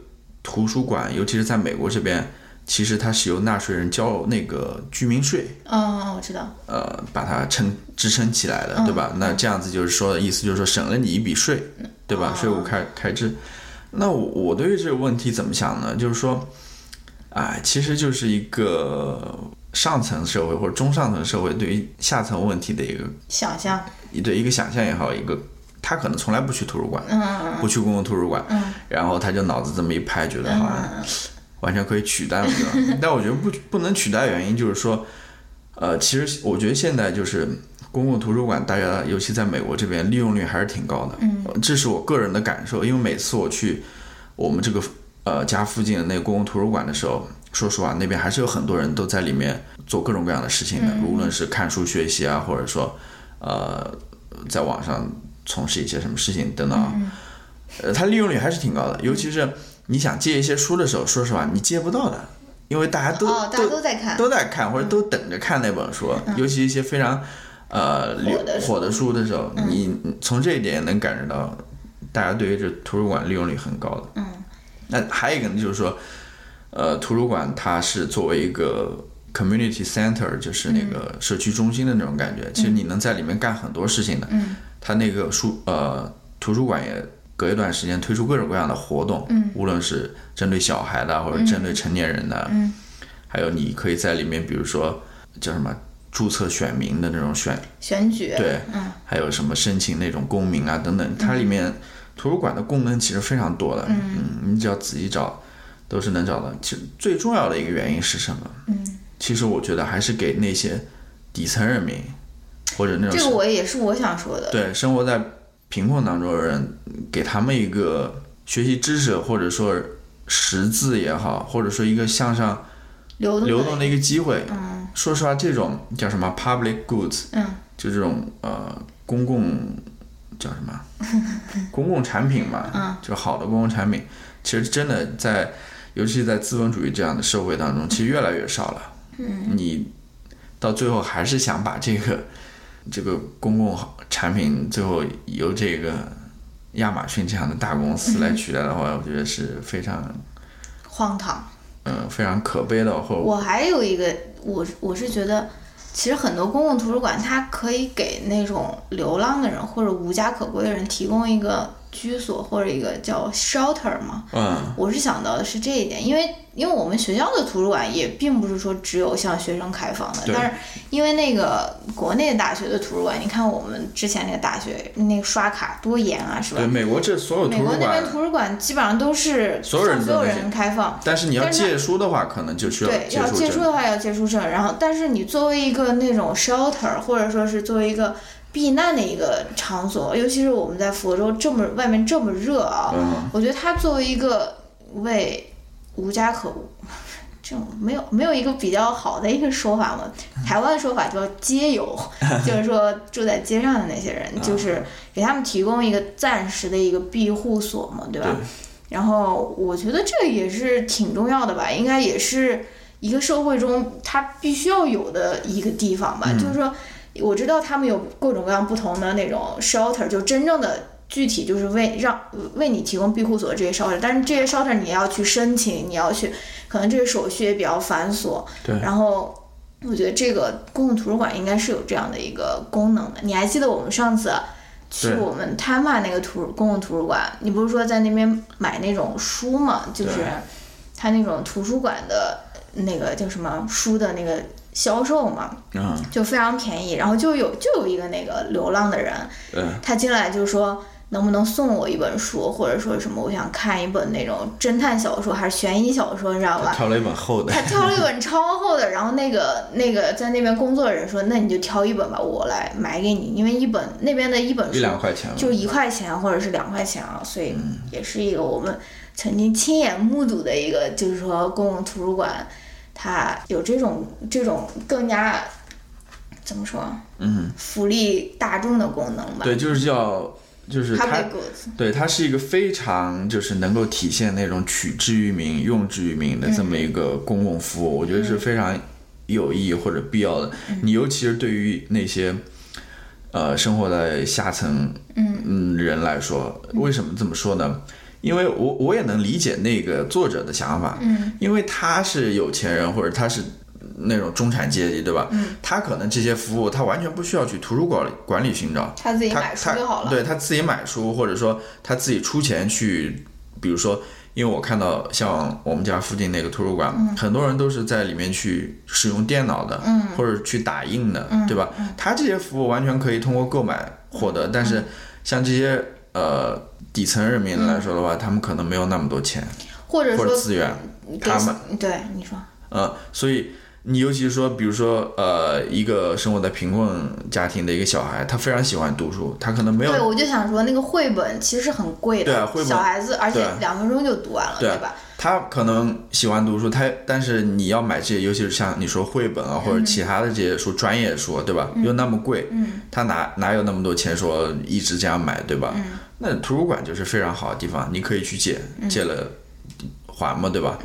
Speaker 2: 图书馆，尤其是在美国这边，其实它是由纳税人交那个居民税，
Speaker 3: 哦，我知道，
Speaker 2: 呃，把它撑支撑起来的，对吧？那这样子就是说，意思就是说省了你一笔税，对吧？税务开开支。那我我对于这个问题怎么想呢？就是说，哎，其实就是一个上层社会或者中上层社会对于下层问题的一个
Speaker 3: 想象，
Speaker 2: 一对一个想象也好，一个他可能从来不去图书
Speaker 3: 嗯
Speaker 2: 馆，不去公共图书馆，然后他就脑子这么一拍，觉得好像完全可以取代我们。但我觉得不不能取代原因就是说，呃，其实我觉得现在就是公共图书馆，大家尤其在美国这边利用率还是挺高的，
Speaker 3: 嗯
Speaker 2: 呃这是我个人的感受，因为每次我去我们这个呃家附近的那个公共图书馆的时候。说实话，那边还是有很多人都在里面做各种各样的事情的，
Speaker 3: 嗯
Speaker 2: 无论是看书学习啊，或者说呃，在网上从事一些什么事情等
Speaker 3: 嗯
Speaker 2: 等啊，呃，它利用率还是挺高的。尤其是你想借一些书的时候，说实话，你借不到的，因为大家都、
Speaker 3: 哦，大家都在看，
Speaker 2: 都在看或者都等着看那本书，尤其一些非常呃流
Speaker 3: 的书
Speaker 2: 火的书的嗯时候，你从这一点也能感觉到，大家对于这图书馆利用率很高的。嗯，那还有一个呢，就是说，呃，图书馆它是作为一个 community center，就是那个社区中心的那种感觉，其实你能在里面干很多事情的。嗯，它那个书呃图书馆也。隔一段时间推出各种各样的活动，嗯、无论是针对小孩的啊，或者针对成年人的，还有你可以在里面，比如说叫什么注册选民的那种选，
Speaker 3: 选举，嗯
Speaker 2: 对，还有什么申请那种公民啊等等，它里面图书馆的功能其实非常多的，嗯，你只要仔细找，都是能找到。其实最重要的一个原因是什么？嗯，其实我觉得还是给那些底层人民或者那种
Speaker 3: 这个我也是我想说的，
Speaker 2: 对，生活在贫困当中的人，给他们一个学习知识，或者说识字也好，或者说一个向上
Speaker 3: 流动
Speaker 2: 流动的一个机会。说实话，这种叫什么 public goods，
Speaker 3: 嗯
Speaker 2: 就这种呃公共叫什 么公共产品嘛，
Speaker 3: 嗯
Speaker 2: 就好的公共产品，其实真的在，尤其在资本主义这样的社会当中，其实越来越少了。嗯，你到最后还是想把这个这个公共好产品最后由这个亚马逊这样的大公司来取代的
Speaker 3: 嗯
Speaker 2: 话，我觉得是非常
Speaker 3: 荒唐。
Speaker 2: 嗯、非常可悲的，或者
Speaker 3: 我还有一个，我我是觉得，其实很多公共图书馆它可以给那种流浪的人或者无家可归的人提供一个居所或者一个叫 shelter 嘛，
Speaker 2: 嗯
Speaker 3: 我是想到的是这一点，因为因为我们学校的图书馆也并不是说只有向学生开放的，
Speaker 2: 对
Speaker 3: 但是因为那个国内大学的图书馆，你看我们之前那个大学那个刷卡多严啊，是吧
Speaker 2: 对？美国这所有图
Speaker 3: 美国
Speaker 2: 书
Speaker 3: 那边
Speaker 2: 馆。
Speaker 3: 图书馆基本上都是
Speaker 2: 所有人
Speaker 3: 向
Speaker 2: 都
Speaker 3: 所有
Speaker 2: 能
Speaker 3: 人开放，
Speaker 2: 但是你要
Speaker 3: 但是它
Speaker 2: 借书的话，可能就需
Speaker 3: 对，
Speaker 2: 借
Speaker 3: 要
Speaker 2: 书
Speaker 3: 借
Speaker 2: 证
Speaker 3: 书。的话要借书证，然后但是你作为一个那种 shelter，或者说是作为一个避难的一个场所，尤其是我们在佛州这么外面这么热啊，
Speaker 2: 嗯
Speaker 3: 我觉得它作为一个为无家可无。这种没有没有一个比较好的一个说法嘛？ 台湾的说法叫街友，就是说住在街上的那些人，
Speaker 2: 嗯
Speaker 3: 就是给他们提供一个暂时的一个庇护所嘛，对吧？
Speaker 2: 对
Speaker 3: 然后我觉得这也是挺重要的吧，应该也是一个社会中它必须要有的一个地方吧。就是说，我知道他们有各种各样不同的那种 shelter，就真正的具体就是为让为你提供庇护所这些 shelter，但是这些 shelter 你要去申请，你要去，可能这个手续也比较繁琐。
Speaker 2: 对
Speaker 3: 然后我觉得这个公共图书馆应该是有这样的一个功能的。你还记得我们上次去
Speaker 2: 对
Speaker 3: 我们他妈那个图公共图书馆，你不是说在那边买那种书吗？就是
Speaker 2: 对
Speaker 3: 他那种图书馆的那个叫什么书的那个销售嘛，
Speaker 2: 嗯，
Speaker 3: 就非常便宜。然后就有就有一个那个流浪的人，
Speaker 2: 对，
Speaker 3: 他进来就说能不能送我一本书，或者说什么我想看一本那种侦探小说还是悬疑小说，你知道吧？
Speaker 2: 挑了一本厚的
Speaker 3: 他，挑了一本超厚的，然后那个那个在那边工作的人说，那你就挑一本吧，我来买给你，因为一本那边的一本
Speaker 2: 一
Speaker 3: 书
Speaker 2: 两块嗯钱吧，
Speaker 3: 就一块钱或者是两块钱啊，所以也是一个我们曾经亲眼目睹的一个，就是说公共图书馆它有这种这种更加怎么说，
Speaker 2: 嗯，
Speaker 3: 福利大众的功能吧。
Speaker 2: 对，就是叫就是它
Speaker 3: Public goods，
Speaker 2: 对，它是一个非常就是能够体现那种取之于民、用之于民的这么一个公共服务，我觉得是非常有意义或者必要的。你尤其是对于那些呃生活在下层嗯人来说，为什么这么说呢？因为我我也能理解那个作者的想法，嗯，因为他是有钱人或者他是那种中产阶级，对吧？嗯，他可能这些服务他完全不需要去图书馆里管理寻找，
Speaker 3: 他自己
Speaker 2: 他
Speaker 3: 买书
Speaker 2: 他
Speaker 3: 就好了。
Speaker 2: 对他自己买书，或者说他自己出钱去，比如说，因为我看到像我们家附近那个图书馆，
Speaker 3: 嗯
Speaker 2: 很多人都是在里面去使用电脑的，或者去打印的，
Speaker 3: 嗯
Speaker 2: 对吧？他这些服务完全可以通过购买获得，但
Speaker 3: 嗯
Speaker 2: 是像这些呃底层人民来说的话，他们可能没有那么多钱
Speaker 3: 或者
Speaker 2: 或者
Speaker 3: 说
Speaker 2: 资源，
Speaker 3: 给
Speaker 2: 他们
Speaker 3: 对你说，
Speaker 2: 呃，所以你尤其说，比如说，呃，一个生活在贫困家庭的一个小孩，他非常喜欢读书，他可能没有
Speaker 3: 对我就想说那个绘本其实很贵的，
Speaker 2: 对啊绘本
Speaker 3: 小孩子而且
Speaker 2: 对
Speaker 3: 两分钟就读完了，
Speaker 2: 对
Speaker 3: 对
Speaker 2: 啊
Speaker 3: 吧？
Speaker 2: 他可能喜欢读书，他但是你要买这些，尤其是像你说绘本啊或者其他的这些书，专业书，对吧？又那么贵，
Speaker 3: 嗯，
Speaker 2: 他哪哪有那么多钱说一直这样买，对吧？那图书馆就是非常好的地方，你可以去借，借了还嘛，对吧？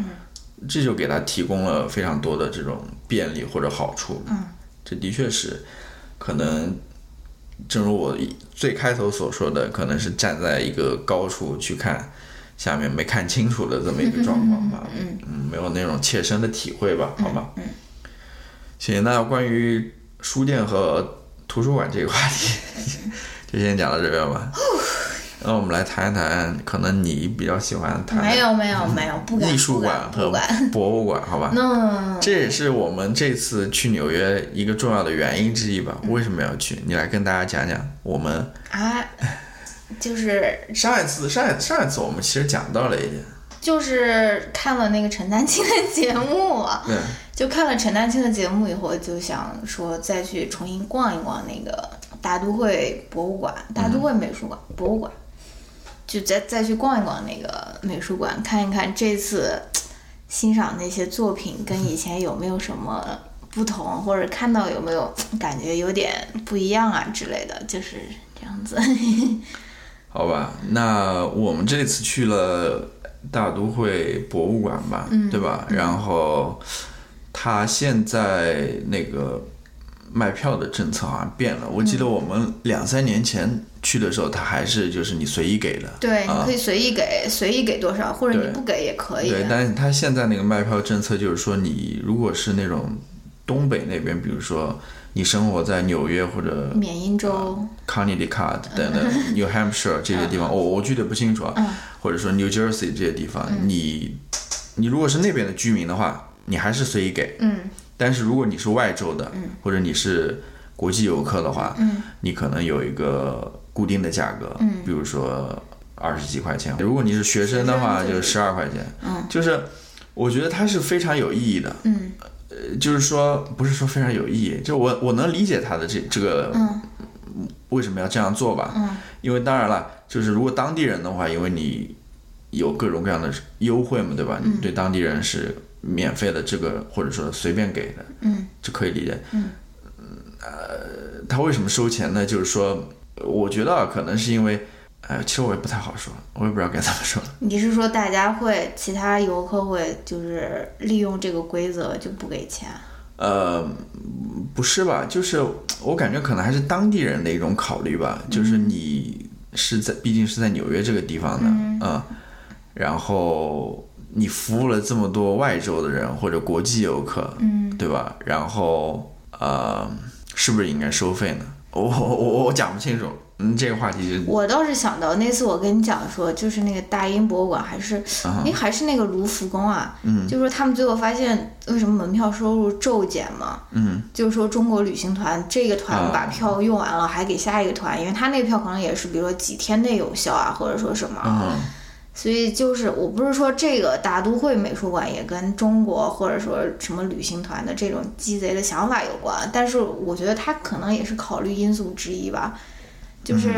Speaker 2: 这就给他提供了非常多的这种便利或者好处。嗯，这的确是，可能正如我一最开头所说的，可能是站在一个高处去看下面没看清楚的这么一个状况吧。嗯没有那种切身的体会吧？好吗？嗯。行，那关于书店和图书馆这个话题， 就先讲到这边吧。那我们来谈一谈，可能你比较喜欢谈
Speaker 3: 没有没有没有，不敢
Speaker 2: 艺术馆
Speaker 3: 不敢
Speaker 2: 和
Speaker 3: 不敢。 嗯
Speaker 2: 博物馆，好吧？
Speaker 3: 那
Speaker 2: 这也是我们这次去纽约一个重要的原因之一吧？
Speaker 3: 嗯
Speaker 2: 为什么要去？你来跟大家讲讲。我们
Speaker 3: 啊，就是
Speaker 2: 上一次、上一上一次我们其实讲到了一点，
Speaker 3: 就是看了那个陈丹青的节目，啊
Speaker 2: 对，
Speaker 3: 就看了陈丹青的节目以后，就想说再去重新逛一逛那个大都会博物馆、大都会美术馆、博物馆，就再再去逛一逛那个美术馆，看一看这次欣赏那些作品跟以前有没有什么不同，或者看到有没有感觉有点不一样啊之类的，就是这样子。
Speaker 2: 好吧？那我们这次去了大都会博物馆吧，
Speaker 3: 嗯
Speaker 2: 对吧？然后它现在那个卖票的政策好像变了。我记
Speaker 3: 嗯
Speaker 2: 得我们两三年前去的时候，它还是就是你随意给的，
Speaker 3: 对，
Speaker 2: 啊
Speaker 3: 你可以随意给，随意给多少，或者
Speaker 2: 对
Speaker 3: 你不给也可以。啊
Speaker 2: 对，但是他现在那个卖票政策就是说，你如果是那种东北那边，比如说你生活在纽约或者
Speaker 3: 缅因州，
Speaker 2: Connecticut
Speaker 3: 嗯
Speaker 2: 等等 New Hampshire 这些地方，我我具体不清楚啊，或者说 New Jersey 这些地方，
Speaker 3: 嗯
Speaker 2: 你你如果是那边的居民的话，你还是随意给，
Speaker 3: 嗯，
Speaker 2: 但是如果你是外州的，或者你是国际游客的话，嗯，你可能有一个固定的价格，嗯，比如说二十几块钱。如果你是学生的话，
Speaker 3: 学
Speaker 2: 就
Speaker 3: 生就是
Speaker 2: 十二块钱。嗯，就是我觉得它是非常有意义的。
Speaker 3: 嗯，
Speaker 2: 呃，就是说不是说非常有意义，就我我能理解他的这这个，嗯，为什么要这样做吧？嗯，因为当然了，就是如果当地人的话，因为你有各种各样的优惠嘛，对吧？你对当地人是免费的，这个或者说随便给的，嗯，就可以理解。嗯，呃，他为什么收钱呢？就是说，我觉得啊，可能是因为，哎，其实我也不太好说，我也不知道该怎么说。
Speaker 3: 你是说大家会，其他游客会就是利用这个规则就不给钱？
Speaker 2: 呃，嗯不是吧？就是我感觉可能还是当地人的一种考虑吧，就是你是在毕竟是在纽约这个地方的，嗯，然后你服务了这么多外州的人或者国际游客，嗯，对吧？然后呃，是不是应该收费呢？我我我我讲不清楚，嗯，这个话题是
Speaker 3: 我倒是想到那次我跟你讲说，就是那个大英博物馆还是，
Speaker 2: 啊
Speaker 3: 因为还是那个卢浮宫啊，
Speaker 2: 嗯
Speaker 3: 就说他们最后发现为什么门票收入骤减嘛，
Speaker 2: 嗯，
Speaker 3: 就是说中国旅行团这个团
Speaker 2: 啊
Speaker 3: 把票用完了，还给下一个团，因为他那个票可能也是比如说几天内有效啊，或者说什么，
Speaker 2: 嗯
Speaker 3: 所以就是我不是说这个大都会美术馆也跟中国或者说什么旅行团的这种鸡贼的想法有关，但是我觉得它可能也是考虑因素之一吧，
Speaker 2: 嗯
Speaker 3: 就是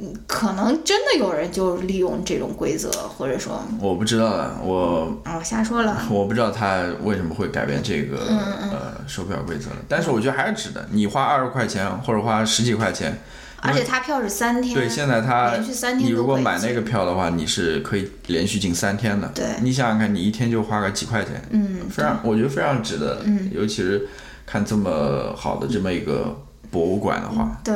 Speaker 3: 嗯可能真的有人就利用这种规则，或者说
Speaker 2: 我不知道了，我
Speaker 3: 啊我瞎说了，
Speaker 2: 我不知道他为什么会改变这个呃售票规则了，但是我觉得还是值得。你花二十块钱或者花十几块钱，
Speaker 3: 而且它票是三天，
Speaker 2: 对，现在他
Speaker 3: 连续三
Speaker 2: 你
Speaker 3: 天
Speaker 2: 如
Speaker 3: 都
Speaker 2: 果
Speaker 3: 可以
Speaker 2: 买
Speaker 3: 进
Speaker 2: 那个票的话，你是可以连续进三天的。
Speaker 3: 对
Speaker 2: 你想想看，你一天就花个几块钱，
Speaker 3: 嗯，
Speaker 2: 非常我觉得非常值得。嗯，尤其是看这么好的这么一个博物馆的话，
Speaker 3: 对，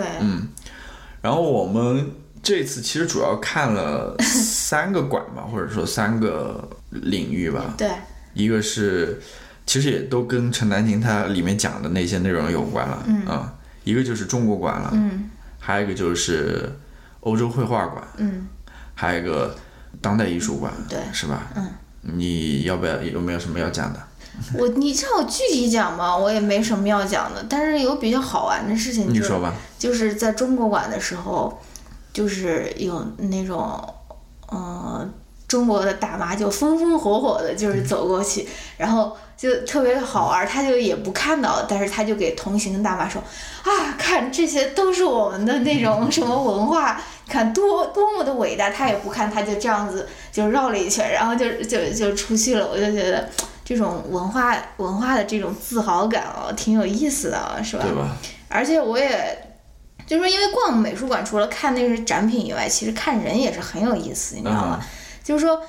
Speaker 2: 然后我们这次其实主要看了三个馆吧，或者说三个领域吧。
Speaker 3: 对，
Speaker 2: 一个是其实也都跟陈丹青他里面讲的那些内容有关了，嗯，一个就是中国馆了，
Speaker 3: 嗯，
Speaker 2: 还有一个就是欧洲绘画馆，
Speaker 3: 嗯，
Speaker 2: 还有一个当代艺术馆，
Speaker 3: 对
Speaker 2: 是吧？嗯，你要不要有没有什么要讲的？
Speaker 3: 我你让我具体讲嘛，我也没什么要讲的，但是有比较好玩的事情，
Speaker 2: 你
Speaker 3: 嗯就是。
Speaker 2: 说吧。
Speaker 3: 就是在中国馆的时候，就是有那种，呃，中国的大妈就风风火火的，就是走过去，然后就特别好玩儿，她就也不看到，但是她就给同行的大妈说，啊，看这些都是我们的那种什么文化，看多多么的伟大，她也不看，她就这样子就绕了一圈，然后就就就出去了，我就觉得。这种文化文化的这种自豪感哦，挺有意思的、哦，是吧？
Speaker 2: 对吧？
Speaker 3: 而且我也，就是说，因为逛美术馆除了看那些展品以外，其实看人也是很有意思，你知道
Speaker 2: 嗯
Speaker 3: 吗？就是说，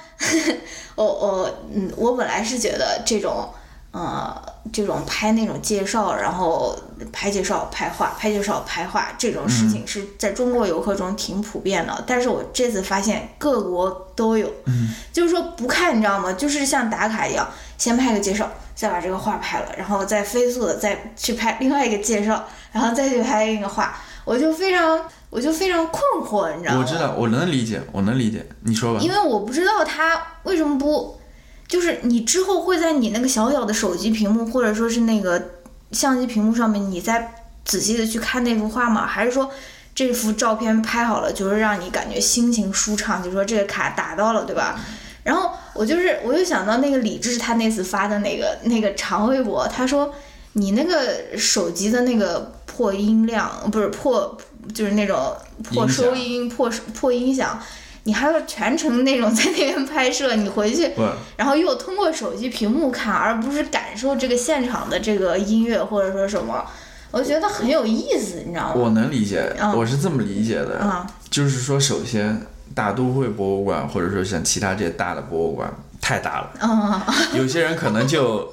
Speaker 3: 我我嗯，我本来是觉得这种呃这种拍那种介绍，然后拍介绍拍画，拍介绍拍画这种事
Speaker 2: 嗯
Speaker 3: 情是在中国游客中挺普遍的，但是我这次发现各国都有，
Speaker 2: 嗯
Speaker 3: 就是说不看你知道吗？就是像打卡一样，先拍个介绍，再把这个画拍了，然后再飞速的再去拍另外一个介绍，然后再去拍一个画，我就非常我就非常困惑，你知道吗？
Speaker 2: 我知道，我能理解，我能理解。你说吧。
Speaker 3: 因为我不知道他为什么不，就是你之后会在你那个小小的手机屏幕或者说是那个相机屏幕上面，你再仔细的去看那幅画吗？还是说这幅照片拍好了，就是让你感觉心情舒畅，就说这个卡打到了，对吧？
Speaker 2: 嗯
Speaker 3: 然后我就是，我就想到那个李志他那次发的那个那个长微博，他说你那个手机的那个破音量不是破，就是那种破
Speaker 2: 音响
Speaker 3: 收音破破音响，你还要全程那种在 那边拍摄，你回去
Speaker 2: 不，
Speaker 3: 然后又通过手机屏幕看，而不是感受这个现场的这个音乐或者说什么，我觉得很有意思，你知道吗？
Speaker 2: 我能理解，
Speaker 3: 嗯
Speaker 2: 我是这么理解的。
Speaker 3: 啊、
Speaker 2: 就是说，首先大都会博物馆，或者说像其他这些大的博物馆，太大 了。
Speaker 3: 嗯
Speaker 2: 有些人可能就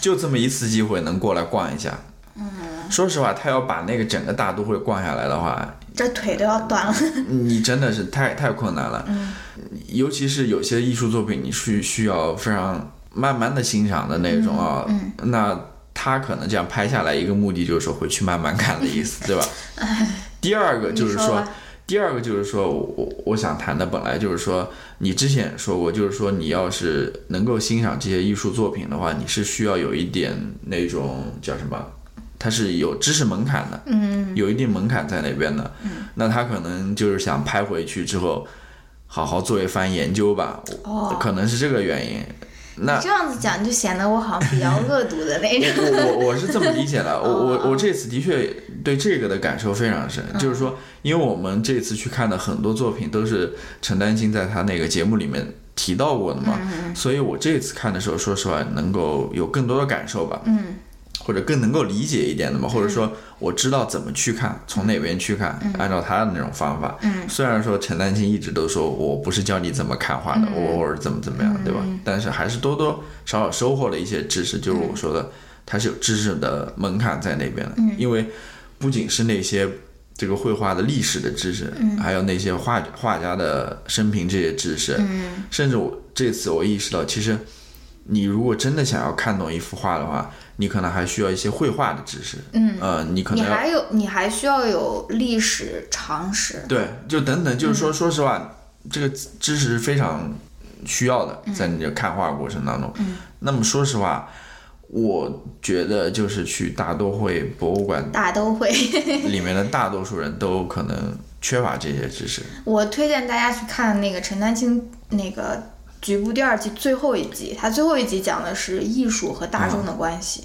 Speaker 2: 就这么一次机会能过来逛一下。嗯，说实话，他要把那个整个大都会逛下来的话，
Speaker 3: 这腿都要断了。
Speaker 2: 你真的是太太困难了。嗯，尤其是有些艺术作品，你是需要非常慢慢的欣赏的那种啊。嗯，那他可能这样拍下来一个目的就是说回去慢慢看的意思， 对吧？第二个就是
Speaker 3: 你说吧
Speaker 2: 第二个就是说，我我我想谈的本来就是说，你之前也说过，就是说你要是能够欣赏这些艺术作品的话，你是需要有一点那种叫什么，它是有知识门槛的，嗯，有一定门槛在那边的，嗯，那他可能就是想拍回去之后，好好做一番研究吧，
Speaker 3: 哦
Speaker 2: 可能是这个原因。 那
Speaker 3: 你这样子讲就显得我好像比较恶毒的那种。
Speaker 2: 我我我是这么理解的，我我我这次的确对这个的感受非常深，就是说，因为我们这次去看的很多作品都是陈丹青在他那个节目里面提到过的嘛，所以我这次看的时候，说实话能够有更多的感受吧，嗯，或者更能够理解一点的嘛，或者说我知道怎么去看，从哪边去看，按照他的那种方法，嗯，虽然说陈丹青一直都说我不是教你怎么看画的，我或者怎么怎么样，对吧？但是还是多多少少收获了一些知识，就是我嗯说的。它是有知识的门槛在那边的，因为不仅是那些这个绘画的历史的知识，还有那些画画家的生平这些知识，甚至我这次我意识到，其实你如果真的想要看懂一幅画的话，你可能还需要一些绘画的知识，嗯，呃，你可
Speaker 3: 你
Speaker 2: 能要
Speaker 3: 还有你还需要有历史常识，
Speaker 2: 对，就等等，就是说，说实话，这个知识是非常需要的，在你的看画过程当中。那么说实话，我觉得就是去大都会博物馆
Speaker 3: 大都会。
Speaker 2: 里面的大多数人都可能缺乏这些知识。
Speaker 3: 我推荐大家去看那个陈丹青那个《局部》第二季最后一集，他最后一集讲的是艺术和大众的关系，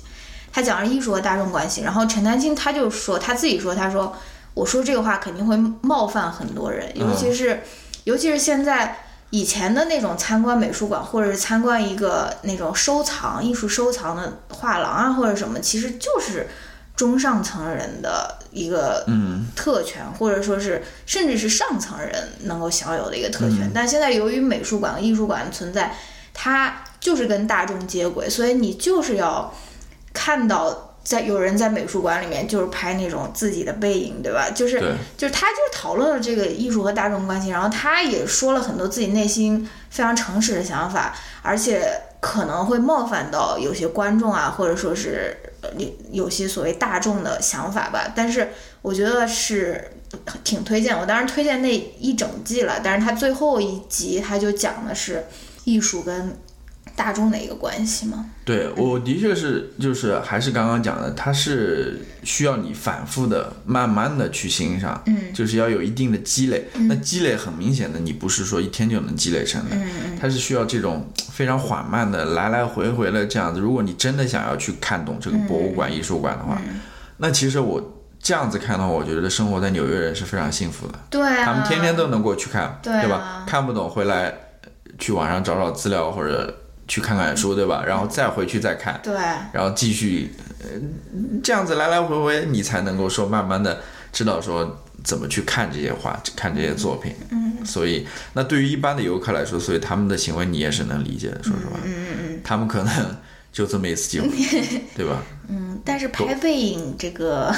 Speaker 3: 他讲了艺术和大众关系。然后陈丹青他就说他自己说，他说我说这个话肯定会冒犯很多人，尤其是、尤其是现在。以前的那种参观美术馆，或者是参观一个那种收藏艺术收藏的画廊啊，或者什么，其实就是中上层人的一个特权，或者说是甚至是上层人能够享有的一个特权。但现在由于美术馆、艺术馆的存在，它就是跟大众接轨，所以你就是要看到在有人在美术馆里面就是拍那种自己的背影，对吧？就是
Speaker 2: 对
Speaker 3: 就是他就是讨论了这个艺术和大众关系，然后他也说了很多自己内心非常诚实的想法，而且可能会冒犯到有些观众啊，或者说是呃有有些所谓大众的想法吧。但是我觉得是挺推荐，我当时推荐那一整季了，但是他最后一集他就讲的是艺术跟大众的一个关系嘛。
Speaker 2: 对我的确是，就是还是刚刚讲的，它是需要你反复的、慢慢的去欣赏，嗯，就是要有一定的积累。那积累很明显的，你不是说一天就能积累成的，它是需要这种非常缓慢的、来来回回的这样子。如果你真的想要去看懂这个博物馆、艺术馆的话，那其实我这样子看的话，我觉得生活在纽约人是非常幸福的。
Speaker 3: 对啊，
Speaker 2: 他们天天都能过去看，
Speaker 3: 对啊
Speaker 2: 吧？看不懂回来呃去网上找找资料或者去看看书，对吧？然后再回去再看，
Speaker 3: 对
Speaker 2: 然后继续，呃，这样子来来回回，你才能够说慢慢的知道说怎么去看这些画，看这些作品。嗯，所以那对于一般的游客来说，所以他们的行为你也是能理解的，说实话，嗯嗯嗯，他们可能就这么一次机会，对吧？
Speaker 3: 嗯，但是拍背影这个，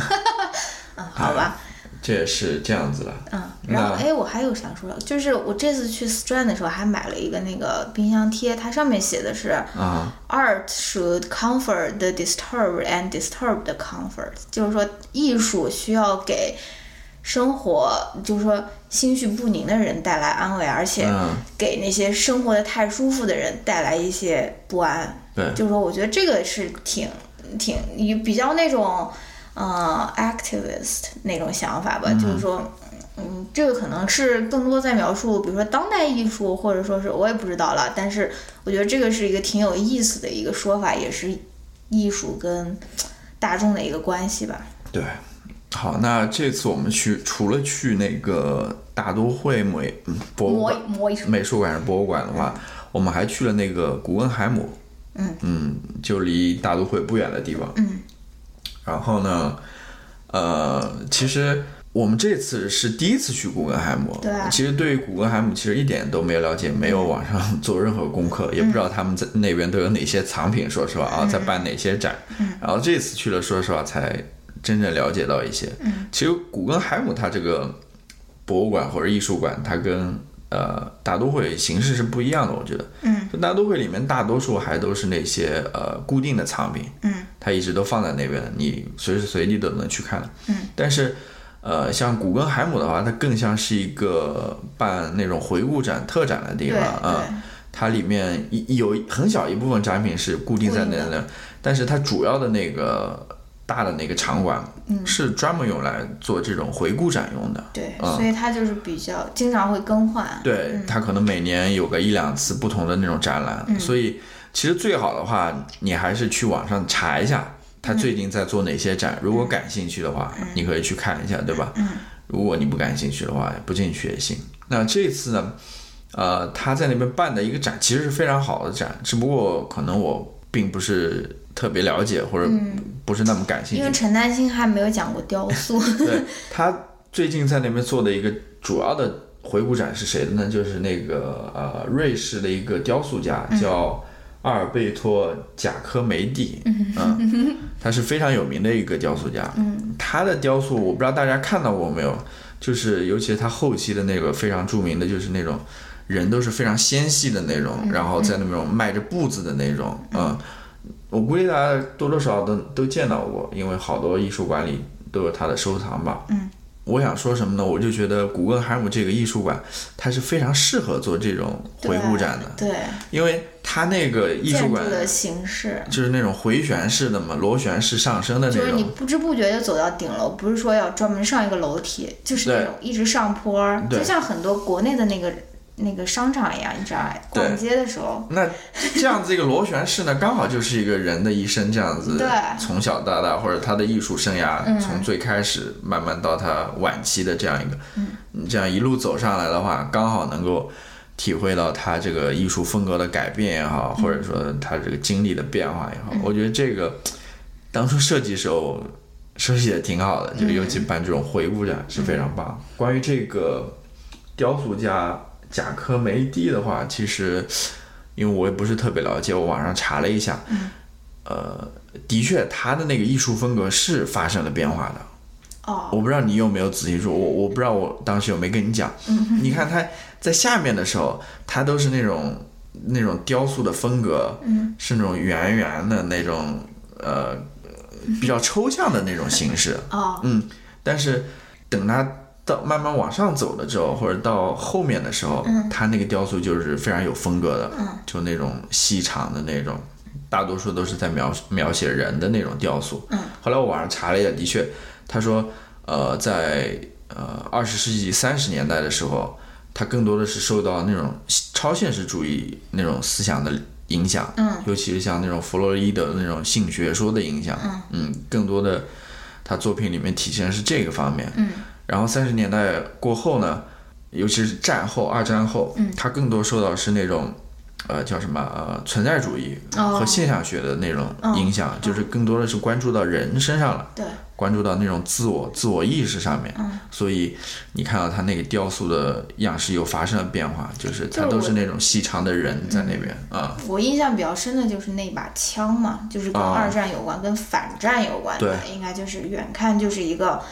Speaker 3: 嗯，好吧。
Speaker 2: 这也是这样子了。
Speaker 3: 嗯，然后哎，我还有想说的，就是我这次去 Strand 的时候还买了一个那个冰箱贴，它上面写的是
Speaker 2: 啊
Speaker 3: ，Art should comfort the disturbed and disturb the comfort，就是说艺术需要给生活，就是说心绪不宁的人带来安慰，而且
Speaker 2: 嗯
Speaker 3: 给那些生活的太舒服的人带来一些不安。
Speaker 2: 对
Speaker 3: 就是说我觉得这个是挺挺也比较那种。呃，activist 那种想法吧，就是说，嗯，这个可能是更多在描述，比如说当代艺术，或者说是我也不知道了。但是我觉得这个是一个挺有意思的一个说法，也是艺术跟大众的一个关系吧。
Speaker 2: 对，好，那这次我们去除了去那个大都会美嗯博物
Speaker 3: 摸
Speaker 2: 馆
Speaker 3: 一、摸一手，
Speaker 2: 美术馆还是博物馆的话，我们还去了那个古根海姆，嗯就离大都会不远的地方，嗯，然后呢，呃，其实。我们这次是第一次去古根海姆，
Speaker 3: 对啊
Speaker 2: 其实对于古根海姆其实一点都没了解，没有网上 做任何功课，也不知
Speaker 3: 嗯
Speaker 2: 道他们在那边都有哪些藏品，说实话啊，在办哪些展，
Speaker 3: 嗯
Speaker 2: 然后这次去了，说实话才真正了解到一些。
Speaker 3: 嗯
Speaker 2: 其实古根海姆它这个博物馆或者艺术馆，它跟呃大都会形式是不一样的，我觉得。嗯，就大都会里面大多数还都是那些呃固定的藏品，嗯，它一直都放在那边，你随时随地都能去看的。嗯，但是。呃，像古根海姆的话，它更像是一个办那种回顾展、特展的地方
Speaker 3: 对
Speaker 2: 啊、
Speaker 3: 对
Speaker 2: 它里面一有一很小一部分展品是固定在那
Speaker 3: 固定
Speaker 2: 那，但是它主要的那个大的那个场馆
Speaker 3: 嗯
Speaker 2: 是专门用来做这种回顾展用的。
Speaker 3: 对，
Speaker 2: 嗯
Speaker 3: 所以它就是比较经常会更换。
Speaker 2: 对，它可能每年有个一两次不同的那种展览，所以其实最好的话，你还是去网上查一下它最近在做哪些展。如果感兴趣的话，你可以去看一下，对吧？如果你不感兴趣的话，不进去也行。那这次呢，呃，他在那边办的一个展其实是非常好的展，只不过可能我并不是特别了解，或者不是那么感兴
Speaker 3: 因
Speaker 2: 趣
Speaker 3: 为。陈丹青还没有讲过雕 塑，
Speaker 2: 对他最近在那边做的一个主要的回顾展是谁的呢？就是那个呃瑞士的一个雕塑家叫阿尔贝啊托·贾科梅蒂，嗯，他是非常有名的一个雕塑家，嗯，他的雕塑，我不知道大家看到过没有，就是尤其是他后期的那个非常著名的，就是那种人都是非常纤细的那种，然后在那种迈着步子的那种，嗯，我估计大家多多少少都都见到过，因为好多艺术馆里都有他的收藏吧，
Speaker 3: 嗯。
Speaker 2: 我想说什么呢？我就觉得古根海姆这个艺术馆，它是非常适合做这种回顾展的，
Speaker 3: 对
Speaker 2: 因为它那个艺术
Speaker 3: 建
Speaker 2: 馆
Speaker 3: 筑的形式，
Speaker 2: 就是那种回旋式的嘛，螺旋式上升的那
Speaker 3: 就是你
Speaker 2: 种。
Speaker 3: 不知不觉就走到顶楼，不是说要专门上一个楼梯，就是那
Speaker 2: 对
Speaker 3: 种一直上坡儿，
Speaker 2: 对
Speaker 3: 就像很多国内的那个那个商场一样，你知道吧？
Speaker 2: 对
Speaker 3: 逛街的时候，
Speaker 2: 那这样子一个螺旋式呢，刚好就是一个人的一生这样子
Speaker 3: 对，
Speaker 2: 从小到大，或者他的艺术生涯、从最开始慢慢到他晚期的这样一个，你这样一路走上来的话，刚好能够体会到他这个艺术风格的改变也好，或者说他这个经历的变化也好，我觉得这个当初设计时候设计的挺好的，就尤其办这种回顾展是非常棒的。关于这个雕塑家贾科梅蒂的话，其实因为我也不是特别了解，我网上查了一下，呃，的确他的那个艺术风格是发生了变化的。
Speaker 3: 哦，
Speaker 2: 我不知道你有没有仔细说，我我不知道我当时有没跟你讲。
Speaker 3: 嗯
Speaker 2: 你看他在下面的时候，他都是那种那种雕塑的风格，
Speaker 3: 嗯
Speaker 2: 是那种圆圆的那种呃比较抽象的那种形式。
Speaker 3: 哦，
Speaker 2: 嗯，但是等他到慢慢往上走了之后，或者到后面的时候，
Speaker 3: 嗯
Speaker 2: 他那个雕塑就是非常有风格的，就那种细长的那种，大多数都是在描描写人的那种雕塑。
Speaker 3: 嗯
Speaker 2: 后来我网上查了一下，的确，他说，呃，在呃二十世纪三十年代的时候，他更多的是受到那种超现实主义那种思想的影响，嗯，尤其是像那种弗洛伊德的那种性学说的影响，嗯更多的他作品里面体现的是这个方面，嗯，然后三十年代过后呢，尤其是战后二战后，嗯，他更多受到是那种。呃，叫什么？呃，存在主义
Speaker 3: 哦
Speaker 2: 和现象学的那种影响，就是更多的是关注到人身上了，
Speaker 3: 对，
Speaker 2: 关注到那种自我、自我意识上面。
Speaker 3: 嗯
Speaker 2: 所以你看到他那个雕塑的样式又发生了变化，就是它
Speaker 3: 就是
Speaker 2: 都
Speaker 3: 我嗯
Speaker 2: 是那种细长的人在那边啊、
Speaker 3: 我印象比较深的就是那把枪嘛，就是跟
Speaker 2: 啊
Speaker 3: 二战有关、跟反战有关的，
Speaker 2: 对
Speaker 3: 应该就是远看就是一个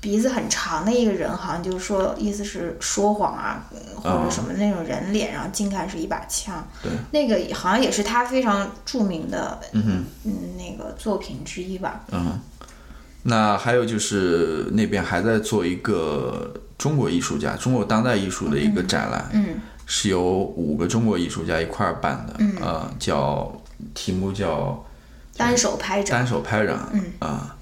Speaker 3: 鼻子很长的一个人，好像就是说意思是说谎啊，嗯或者什么那种人脸，然后近看是一把枪。
Speaker 2: 对，
Speaker 3: 那个好像也是他非常著名的，嗯那个作品之一吧。
Speaker 2: 嗯那还有就是那边还在做一个中国艺术家、中国当代艺术的一个展览，
Speaker 3: 嗯
Speaker 2: 是由五个中国艺术家一块儿办的，嗯、叫题目叫
Speaker 3: 单手拍掌，
Speaker 2: 单手拍掌，嗯啊、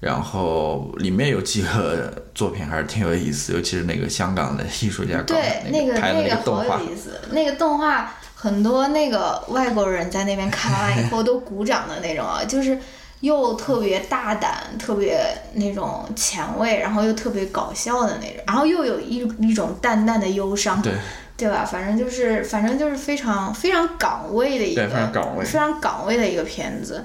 Speaker 2: 然后里面有几个作品还是挺有意思，尤其是那个香港的艺术家搞
Speaker 3: 对
Speaker 2: 的，
Speaker 3: 那
Speaker 2: 个拍的
Speaker 3: 那
Speaker 2: 那个动
Speaker 3: 好
Speaker 2: 画
Speaker 3: 有，意思，那个动画很多那个外国人在那边看完以后都鼓掌的那种啊，就是又特别大胆，特别那种前卫，然后又特别搞笑的那种，然后又有一一种淡淡的忧伤，
Speaker 2: 对
Speaker 3: 对吧？反正就是反正就是非常非常岗位的一个
Speaker 2: 对非常岗位
Speaker 3: 非常岗位的一个片子。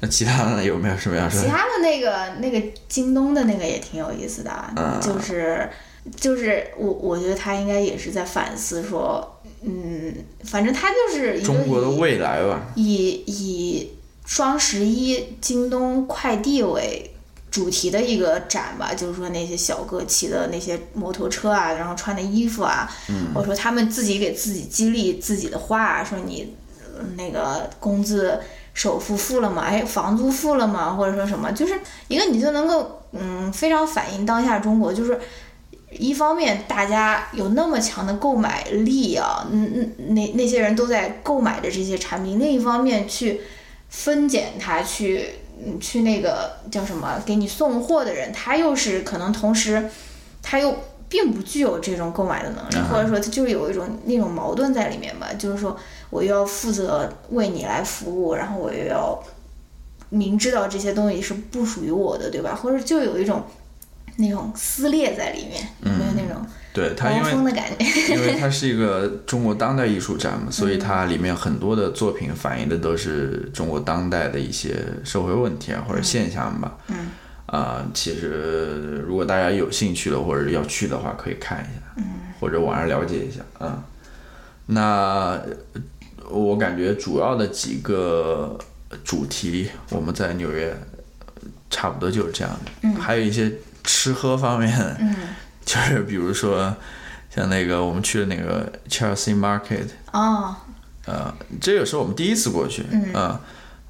Speaker 2: 那其他的有没有什么要说
Speaker 3: 其
Speaker 2: 的？
Speaker 3: 他的那个那个京东的那个也挺有意思的啊，就是就是我我觉得他应该也是在反思说，嗯，反正他就是一个
Speaker 2: 中国的
Speaker 3: 以
Speaker 2: 未来吧，
Speaker 3: 以以双十一京东快递为主题的一个展吧，就是说那些小哥骑的那些摩托车啊，然后穿的衣服啊，我说他们自己给自己激励自己的话、啊，说你呃那个工资首付付了吗？哎，房租付了吗？或者说什么，就是一个你就能够嗯非常反映当下中国，就是一方面大家有那么强的购买力啊，嗯嗯，那那些人都在购买着这些产品，另一方面去分拣它，去嗯去那个叫什么给你送货的人，他又是可能同时他又。并不具有这种购买的能力，或者说他就是有一种那种矛盾在里面吧，就是说我又要负责为你来服务，然后我又要明知道这些东西是不属于我的，对吧？或者就有一种那种撕裂在里面，有没有那种
Speaker 2: 对他嗯因
Speaker 3: 汪
Speaker 2: 为
Speaker 3: 峰的感觉？
Speaker 2: 因为它是一个中国当代艺术展嘛，所以它里面很多的作品反映的都是中国当代的一些社会问题啊或者现象吧。嗯。啊、其实如果大家有兴趣的或者要去的话，可以看一下，嗯、或者网上了解一下啊、那呃我感觉主要的几个主题，我们在纽约。差不多就是这样的。嗯，还有一些吃喝方面，嗯，就是比如说像那个我们去的那个 Chelsea Market，
Speaker 3: 哦，
Speaker 2: 呃，这也是我们第一次过去，嗯、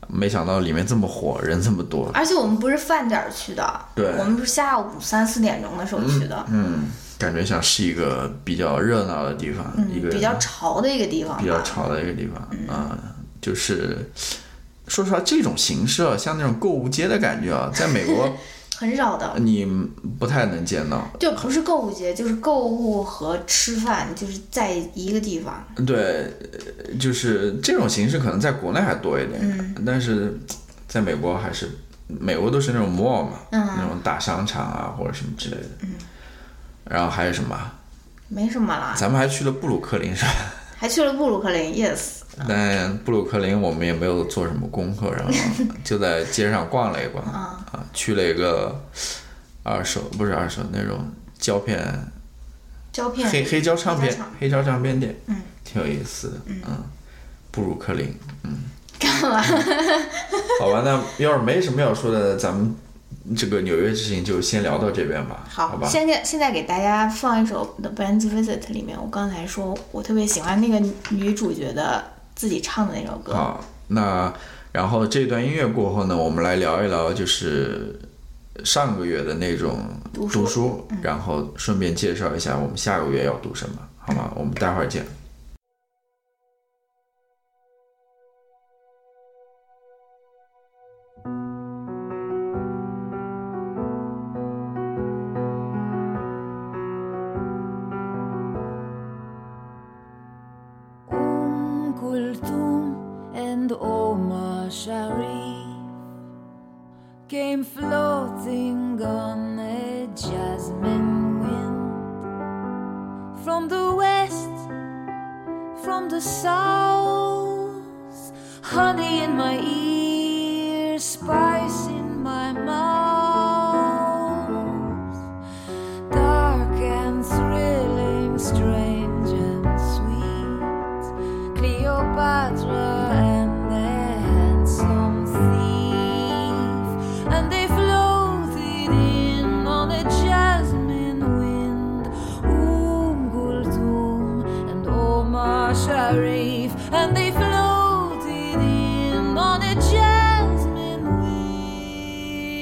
Speaker 2: 没想到里面这么火，人这么多，
Speaker 3: 而且我们不是饭点儿去的，
Speaker 2: 对
Speaker 3: 我们不是下午三四点钟的时候去的，
Speaker 2: 嗯，感觉像是一个比较热闹的地方，嗯一
Speaker 3: 嗯
Speaker 2: 个
Speaker 3: 比较潮的一个地方
Speaker 2: 比较
Speaker 3: 吧。
Speaker 2: 吵的一个地方啊、就是说实话，这种形式啊，像那种购物街的感觉啊，在美国
Speaker 3: 很少的，
Speaker 2: 你不太能见到。
Speaker 3: 就不是购物节，就是购物和吃饭就是在一个地方。
Speaker 2: 对，呃就是这种形式可能在国内还多一点，但是在美国还是美国都是那种 mall 嘛，那种大商场啊或者什么之类的。然后还有什么啊？
Speaker 3: 没什么啦，
Speaker 2: 咱们还去了布鲁克林是吧？
Speaker 3: 还去了布鲁克林，yes，
Speaker 2: 但布鲁克林我们也没有做什么功课， 然后就在街上逛了一逛，啊，去了一个二手不是二手那种胶片
Speaker 3: 胶片
Speaker 2: 黑黑胶唱
Speaker 3: 黑胶
Speaker 2: 片
Speaker 3: 厂
Speaker 2: 黑胶唱片店，嗯，挺有意思的，嗯，布鲁克林，
Speaker 3: 干嘛？
Speaker 2: 好吧，那要是没什么要说的，咱们这个纽约之行就先聊到这边吧，好
Speaker 3: 好，
Speaker 2: 吧，
Speaker 3: 现在现在给大家放一首《The Band's Visit》里面，我刚才说我特别喜欢那个女主角的自己唱的那首歌。
Speaker 2: 好，那然后这段音乐过后呢，我们来聊一聊就是上个月的那种
Speaker 3: 读
Speaker 2: 读
Speaker 3: 书
Speaker 2: 书，嗯然后顺便介绍一下我们下个月要读什么，好吗？我们待会儿见。
Speaker 4: Umm Kulthum and Omar Sharif came floating on a jasmine wind from the west, from the south. Honey in my ear, spice in my mouth dark and thrilling, strange and sweet. Cleopatra and the handsome thief, and they floated in on a jasmine wind. Um Kulthum and Omar Sharif, and they floated in on a jasmine wind.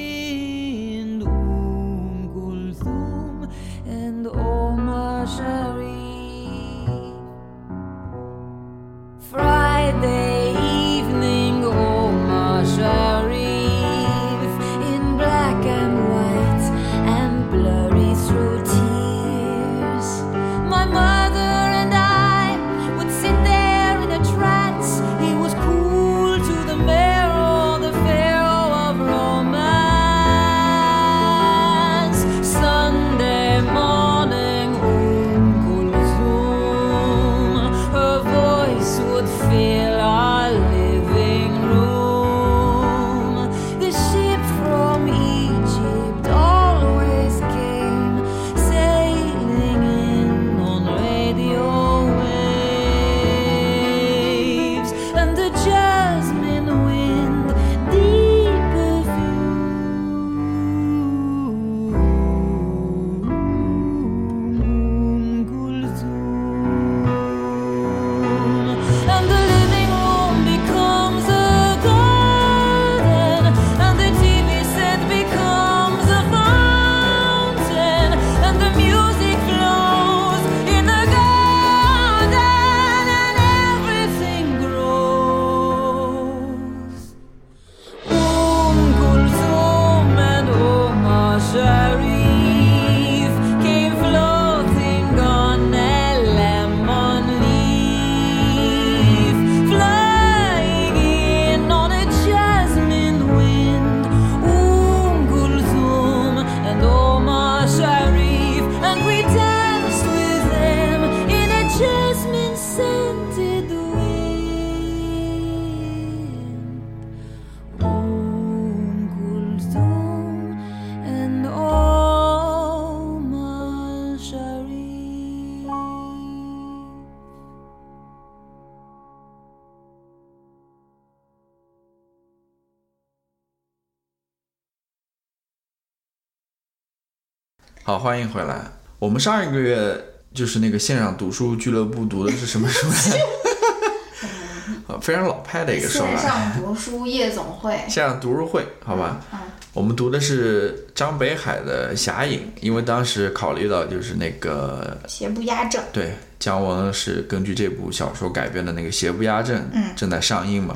Speaker 2: 好，欢迎回来。我们上一个月就是那个线上读书俱乐部读的是什么书 来着？啊非常老派的一个说
Speaker 3: 线
Speaker 2: 法，
Speaker 3: 上读书夜总会，
Speaker 2: 线上读书会，好吧？
Speaker 3: 嗯
Speaker 2: 我们读的是张北海的《侠影》，因为当时考虑到就是那个
Speaker 3: 邪不压正，
Speaker 2: 对，姜文是根据这部小说改编的那个《邪不压正》
Speaker 3: 嗯
Speaker 2: 正在上映嘛，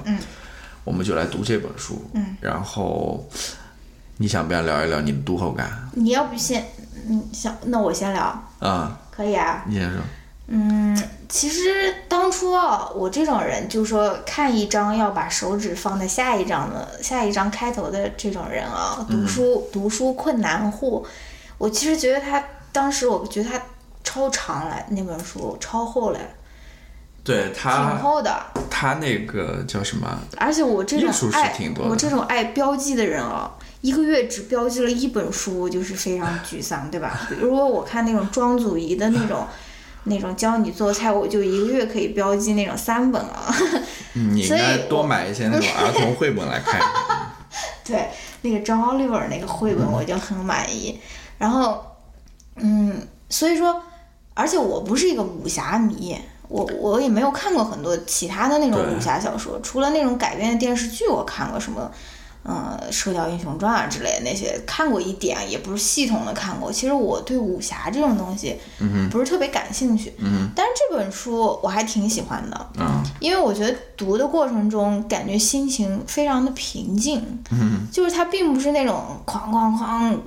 Speaker 2: 我们就来读这本书，
Speaker 3: 嗯
Speaker 2: 然后你想不想聊一聊你的读后感？
Speaker 3: 你要不先，嗯，想那我先聊，
Speaker 2: 啊、
Speaker 3: 可以啊。
Speaker 2: 你先说，
Speaker 3: 嗯，其实当初啊，我这种人，就说看一章要把手指放在下一章的下一章开头的这种人啊，读书、读书困难户，我其实觉得他当时我觉得他超长了，那本书超厚了，
Speaker 2: 对
Speaker 3: 挺
Speaker 2: 他，
Speaker 3: 厚的。
Speaker 2: 他那个叫什么？
Speaker 3: 而且我这种
Speaker 2: 页数是
Speaker 3: 爱
Speaker 2: 挺多的
Speaker 3: 我这种爱标记的人啊、一个月只标记了一本书，就是非常沮丧，对吧？ 如果我看那种庄祖仪的那种。那种教你做菜，我就一个月可以标记那种三本啊。
Speaker 2: 嗯你应
Speaker 3: 所以
Speaker 2: 该
Speaker 3: 我
Speaker 2: 多买一些那种儿童绘本 来看。
Speaker 3: 对，那个 John Oliver 那个绘本我就很满意。然后，嗯，所以说，而且我不是一个武侠迷，我我也没有看过很多其他的那种
Speaker 2: 对
Speaker 3: 武侠小说，除了那种改编的电视剧，我看过什么。呃，《射雕英雄传》啊之类的那些看过一点，也不是系统的看过。其实我对武侠这种东西，不是特别感兴趣。嗯，但是这本书我还挺喜欢的。
Speaker 2: 嗯，
Speaker 3: 因为我觉得读的过程中，感觉心情非常的平静，嗯，就是它并不是那种哐哐哐、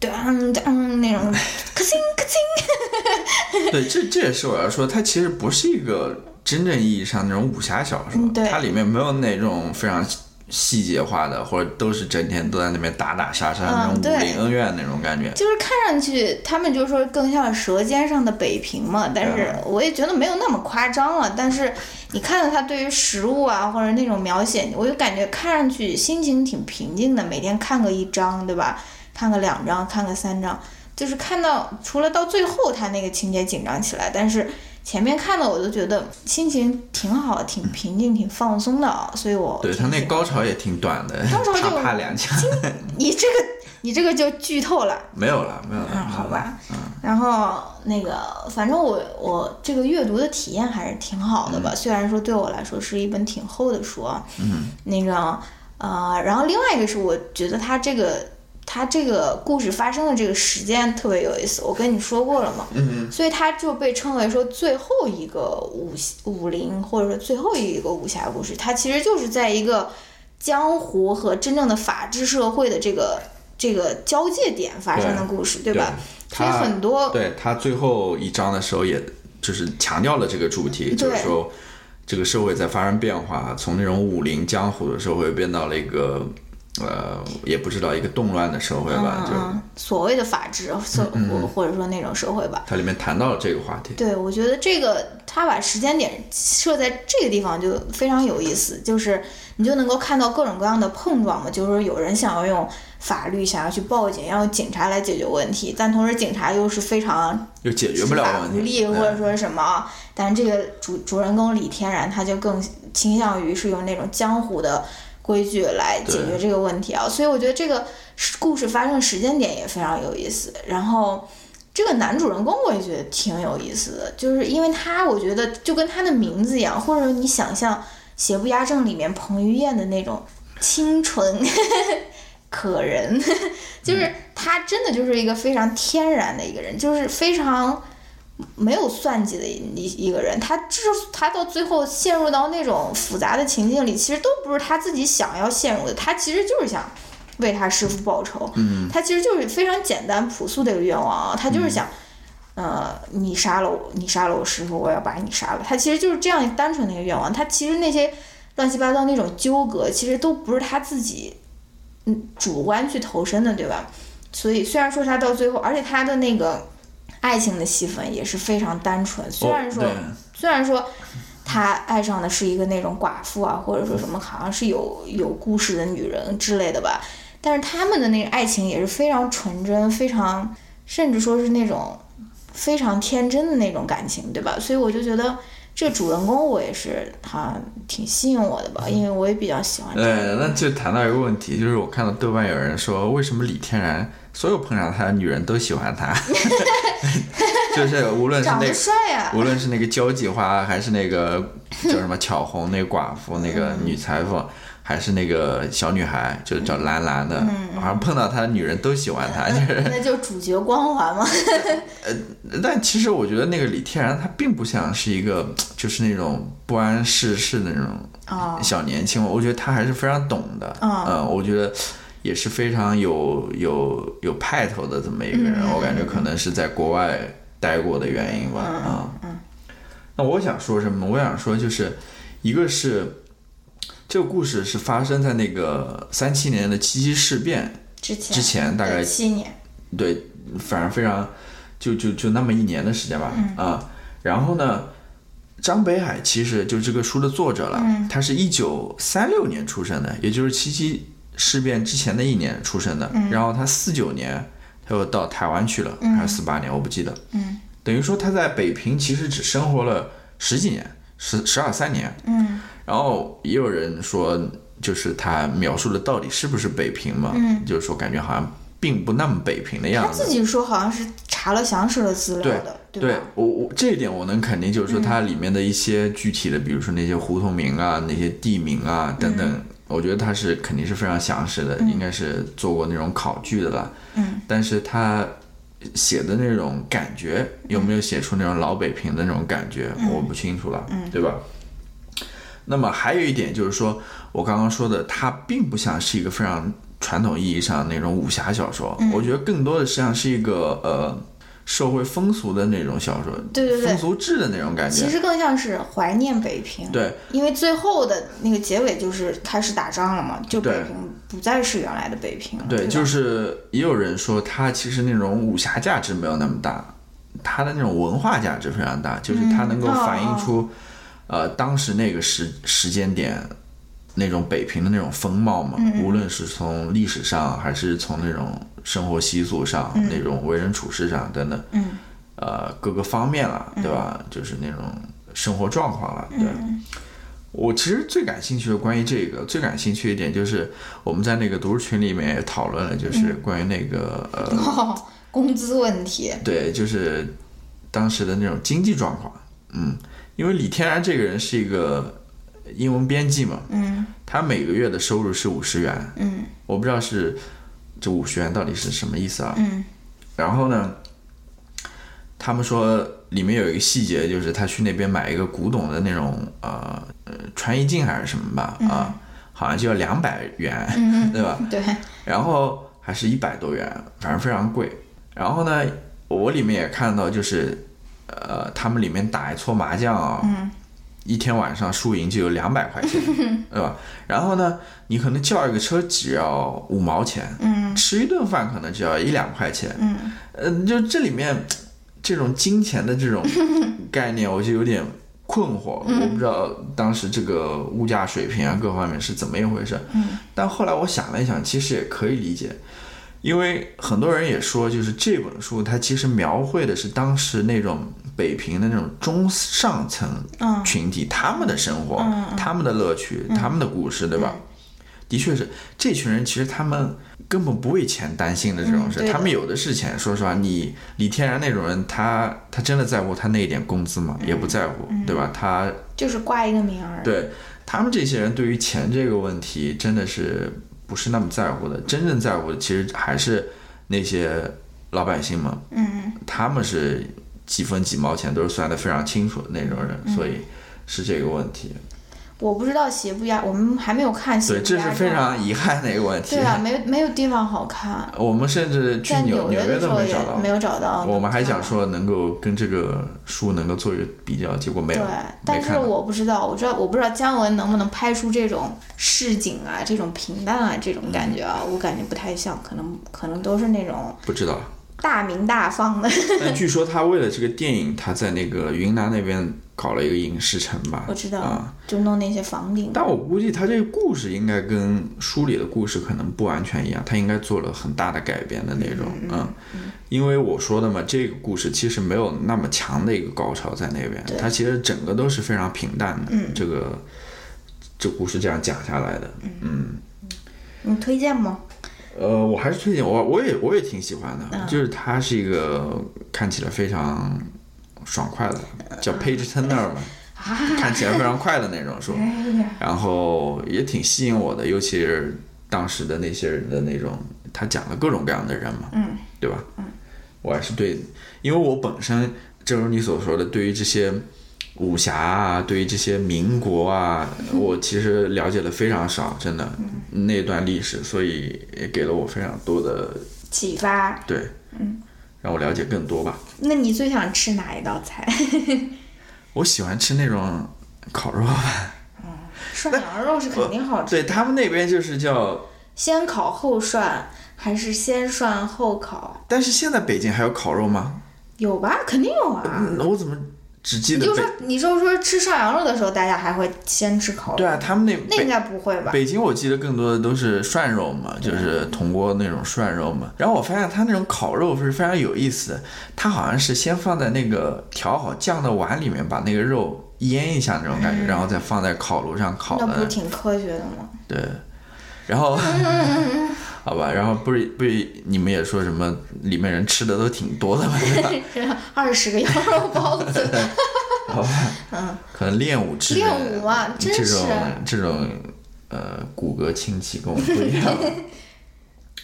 Speaker 3: 噔噔那种咔嚓咔嚓，
Speaker 2: 对，这这也是我要说，它其实不是一个真正意义上那种武侠小说，
Speaker 3: 嗯对
Speaker 2: 它里面没有那种非常细节化的，或者都是整天都在那边打打杀杀、那
Speaker 3: 嗯
Speaker 2: 种武
Speaker 3: 对
Speaker 2: 林恩怨那种感觉。
Speaker 3: 就是看上去他们就说更像《舌尖上的北平》嘛，但是
Speaker 2: 啊
Speaker 3: 我也觉得没有那么夸张了。但是你看到他对于食物啊或者那种描写，我就感觉看上去心情挺平静的，每天看个一章，对吧？看个两章，看个三章，就是看到除了到最后他那个情节紧张起来，但是前面看的我都觉得心情挺好，挺平静，挺放松的啊，所以我
Speaker 2: 对他那高潮也挺短的，
Speaker 3: 高潮就
Speaker 2: 啪啪两下，
Speaker 3: 你这个你这个就剧透了。
Speaker 2: 没有了，没有了，
Speaker 3: 嗯，
Speaker 2: 没有
Speaker 3: 好
Speaker 2: 了
Speaker 3: 吧。然后那个，反正我我这个阅读的体验还是挺好的吧，虽然说对我来说是一本挺厚的书啊。嗯。那个呃，然后另外一个是我觉得它这个它这个故事发生的这个时间特别有意思，我跟你说过了嘛。嗯。所以它就被称为说最后一个武武林，或者说最后一个武侠故事，它其实就是在一个。江湖和真正的法治社会的这个这个交界点发生的故事，对吧？所以
Speaker 2: 他
Speaker 3: 很多
Speaker 2: 嗯对他最后一章的时候，也就是强调了这个主题，就是说这个社会在发生变化，从那种武林江湖的社会变到了一个呃，也不知道一个动乱的社会吧，就
Speaker 3: 嗯所谓的法治，所
Speaker 2: 嗯
Speaker 3: 或或者说那种社会吧。
Speaker 2: 它里面谈到了这个话题。
Speaker 3: 对，我觉得这个他把时间点设在这个地方就非常有意思，就是你就能够看到各种各样的碰撞嘛，就是说有人想要用法律想要去报警，要用警察来解决问题，但同时警察又是非常
Speaker 2: 又解决不了
Speaker 3: 执法
Speaker 2: 问
Speaker 3: 无
Speaker 2: 题，哎
Speaker 3: 力，
Speaker 2: 对
Speaker 3: 或者说什么啊。但这个主主人公李天然，他就更倾向于是用那种江湖的规矩来解决
Speaker 2: 对
Speaker 3: 这个问题啊。所以我觉得这个是故事发生的时间点也非常有意思。然后这个男主人公我也觉得挺有意思的，就是因为他我觉得就跟他的名字一样，或者说你想象《邪不压正》里面彭于晏的那种清纯。 可人， 就是
Speaker 2: 嗯
Speaker 3: 他真的就是一个非常天然的一个人，就是非常没有算计的一一一个人。他之他到最后陷入到那种复杂的情境里，其实都不是他自己想要陷入的，他其实就是想为他师傅报仇。嗯，他其实就是非常简单朴素的一个愿望啊，他就是想。呃，你杀了我，你杀了我师傅，我要把你杀了。他其实就是这样单纯的一个愿望。他其实那些乱七八糟那种纠葛，其实都不是他自己嗯主观去投身的，对吧？所以虽然说他到最后，而且他的那个爱情的戏份也是非常单纯。虽然说、
Speaker 2: 哦对
Speaker 3: 虽然说他爱上的是一个那种寡妇啊，或者说什么好像是有有故事的女人之类的吧，但是他们的那个爱情也是非常纯真，非常甚至说是那种非常天真的那种感情，对吧？所以我就觉得这主人公我也是好像挺吸引我的吧，因为我也比较喜欢这样。
Speaker 2: 呃，那就谈到一个问题，就是我看到豆瓣有人说，为什么李天然所有碰上他的女人都喜 欢他？就是无论是
Speaker 3: 长
Speaker 2: 那
Speaker 3: 得
Speaker 2: 个，
Speaker 3: 帅啊，
Speaker 2: 无论是那个交际花，还是那个叫什么巧红那个寡妇那
Speaker 3: 嗯
Speaker 2: 个女裁缝，还是那个小女孩，就是叫兰兰
Speaker 3: 嗯
Speaker 2: 的，好像碰到他的女人都喜欢 他。就是，
Speaker 3: 那就主角光环嘛。
Speaker 2: 但其实我觉得那个李天然他并不像是一个就是那种不谙世事的那种
Speaker 3: 啊、
Speaker 2: 小年轻，我觉得他还是非常懂的，
Speaker 3: 嗯
Speaker 2: 嗯，我觉得也是非常有有有派头的这么一个人，我感觉可能是在国外待过的原因吧，啊、嗯，那我想说什么？我想说就是一个是这个故事是发生在那个三七年的七七事变
Speaker 3: 之前
Speaker 2: 之前，大概
Speaker 3: 对七年，
Speaker 2: 对，反正非常就就就那么一年的时间吧，
Speaker 3: 嗯
Speaker 2: 啊，然后呢，张北海其实就这个书的作者了，
Speaker 3: 嗯
Speaker 2: 他是一九三六年出生的，也就是七七事变之前的一年出生的，
Speaker 3: 嗯
Speaker 2: 然后他四九年他又到台湾去了，还是四八年我不记得，
Speaker 3: 嗯，
Speaker 2: 等于说他在北平其实只生活了十几年，十十二三年，
Speaker 3: 嗯
Speaker 2: 然后也有人说，就是他描述的到底是不是北平嘛？
Speaker 3: 嗯
Speaker 2: 就是说感觉好像并不那么北平的样
Speaker 3: 他
Speaker 2: 子
Speaker 3: 自。己说好像是查了详实的资料的，对
Speaker 2: 对
Speaker 3: 吧？
Speaker 2: 我我这一点我能肯定，就是说它里面的一些具体的，比如说那些胡同名啊、那些地名啊等
Speaker 3: 嗯
Speaker 2: 等，我觉得它是肯定是非常详实的，应该是做过那种考据的啦。
Speaker 3: 嗯，
Speaker 2: 但是他写的那种感觉有没有写出那种老北平的那种感觉，
Speaker 3: 嗯
Speaker 2: 我不清楚了，对吧？那么还有一点就是说，我刚刚说的，它并不像是一个非常传统意义上那种武侠小说，
Speaker 3: 嗯
Speaker 2: 我觉得更多的实际上是一个呃社会风俗的那种小说，
Speaker 3: 对对对
Speaker 2: 风俗志的那种感
Speaker 3: 其
Speaker 2: 觉。
Speaker 3: 实更像是怀念北平，
Speaker 2: 对，
Speaker 3: 因为最后的那个结尾就是开始打仗了嘛，就
Speaker 2: 对
Speaker 3: 北平不再是原来的北平了。对
Speaker 2: 对，
Speaker 3: 吧，
Speaker 2: 就是也有人说它其实那种武侠价值没有那么大，它的那种文化价值非常大，就是它能够
Speaker 3: 哦
Speaker 2: 反映
Speaker 3: 哦
Speaker 2: 出、呃当时那个时时间点那种北平的那种风貌嘛，
Speaker 3: 嗯
Speaker 2: 无论是从历史上还是从那种生活习俗上、那种为人处事上等等，
Speaker 3: 嗯
Speaker 2: 呃各个方面了，对吧？就是那种生活状况了，对。我其实最感兴趣的关于这个，最感兴趣一点就是我们在那个读书群里面也讨论了，就是关于那个、呃，
Speaker 3: 哦，工资问题，
Speaker 2: 对，就是当时的那种经济状况，嗯，因为李天然这个人是一个英文编辑嘛，
Speaker 3: 嗯
Speaker 2: 他每个月的收入是五十元，
Speaker 3: 嗯
Speaker 2: 我不知道是这五十元到底是什么意思啊，
Speaker 3: 嗯
Speaker 2: 然后呢，他们说里面有一个细节，就是他去那边买一个古董的那种呃呃穿衣镜还是什么吧，啊，好像就要两百元， 对吧？
Speaker 3: 对，
Speaker 2: 然后还是一百多元，反正非常贵。然后呢，我里面也看到，就是呃，他们里面打一撮麻将啊、一天晚上输赢就有两百块钱，对吧？然后呢，你可能叫一个车只要五毛钱，
Speaker 3: 嗯
Speaker 2: 吃一顿饭可能只要一两块钱，嗯，就这里面这种金钱的这种概念，我就有点困惑，我不知道当时这个物价水平啊各方面是怎么一回事。嗯，但后来我想了一想，其实也可以理解，因为很多人也说，就是这本书它其实描绘的是当时那种北平的那种中上层
Speaker 3: 嗯
Speaker 2: 群体、他们的生活、他们的乐趣、他们的故事，对吧？
Speaker 3: 嗯
Speaker 2: 的确是，这群人其实他们根本不为钱担心的这种事，
Speaker 3: 嗯对的
Speaker 2: 他们有的是钱。说实话，你李天然那种人，他他真的在乎他那一点工资吗？
Speaker 3: 嗯
Speaker 2: 也不在乎，对吧？他
Speaker 3: 就是挂一个名儿。
Speaker 2: 对他们这些人对于钱这个问题真的是不是那么在乎的，真正在乎的其实还是那些老百姓们，
Speaker 3: 嗯，
Speaker 2: 他们是几分几毛钱都是算得非常清楚的那种人，
Speaker 3: 嗯
Speaker 2: 所以是这个问题。
Speaker 3: 我不知道邪不压，我们还没有看邪不
Speaker 2: 对，
Speaker 3: 压
Speaker 2: 这是非常遗憾的一个问题。
Speaker 3: 对啊， 没没有地方好看，
Speaker 2: 我们甚至去
Speaker 3: 在
Speaker 2: 纽
Speaker 3: 约
Speaker 2: 约
Speaker 3: 的时
Speaker 2: 都
Speaker 3: 候
Speaker 2: 没
Speaker 3: 也
Speaker 2: 找到，
Speaker 3: 没有找到。
Speaker 2: 我们还想。说能够跟这个书能够做一个比较，结果没有
Speaker 3: 对，，但
Speaker 2: 没
Speaker 3: 是
Speaker 2: 看到。
Speaker 3: 我不知道，我知道，我不知道姜文能不能拍出这种市井啊、
Speaker 2: 嗯
Speaker 3: 这种平淡啊、这种感觉啊，我感觉不太像，可能可能都是那种
Speaker 2: 不知道，
Speaker 3: 大名大放的。
Speaker 2: 但据说他为了这个电影，他在那个云南那边搞了一个影视城吧？
Speaker 3: 我知道，
Speaker 2: 啊、
Speaker 3: 就弄那些房顶。
Speaker 2: 但我估计他这个故事应该跟书里的故事可能不完全一样，他应该做了很大的改编的那种，嗯，因为我说的嘛，这个故事其实没有那么强的一个高潮在那边，它其实整个都是非常平淡的，这个这故事这样讲下来的，
Speaker 3: 你推荐吗？
Speaker 2: 呃，我还是推荐我，我也我也挺喜欢的，就是它是一个看起来非常爽快的，叫 Page Turner 嘛，看起来非常快的那种书，然后也挺吸引我的，尤其是当时的那些人的那种，他讲了各种各样的人嘛，嗯，对吧？嗯，我还是对，因为我本身正如你所说的，对于这些。武侠啊，对于这些民国啊，我其实了解的非常少，真的、那段历史，所以也给了我非常多的
Speaker 3: 启发。
Speaker 2: 对，嗯，让我了解更多吧。
Speaker 3: 那你最想吃哪一道菜？
Speaker 2: 我喜欢吃那种烤肉饭，
Speaker 3: 涮羊肉是肯定好吃，
Speaker 2: 对他们那边就是叫，
Speaker 3: 先烤后涮还是先涮后烤？
Speaker 2: 但是现在北京还有烤肉吗？
Speaker 3: 有吧？肯定有啊。
Speaker 2: 嗯，我怎么只记
Speaker 3: 你
Speaker 2: 得
Speaker 3: 就
Speaker 2: 北
Speaker 3: 说？，你就说吃涮羊肉的时候，大家还会先吃烤肉，
Speaker 2: 对啊，他们那
Speaker 3: 那应
Speaker 2: 北
Speaker 3: 该不会吧？
Speaker 2: 北京我记得更多的都是涮肉嘛，就是铜锅那种涮肉嘛。然后我发现它那种烤肉是非常有意思的，它好像是先放在那个调好酱的碗里面，把那个肉腌一下那种感觉，然后再放在烤炉上烤
Speaker 3: 那不是
Speaker 2: 的。
Speaker 3: 挺科学的 吗？
Speaker 2: 对，然后好吧，然后不是不是你们也说什么里面人吃的都挺多的嘛，对吧
Speaker 3: 二十个羊肉包子，
Speaker 2: 好吧，可能练武之
Speaker 3: 练
Speaker 2: 人
Speaker 3: 武啊真
Speaker 2: 这
Speaker 3: 是
Speaker 2: 种这种呃骨骼清奇跟我们不 一样。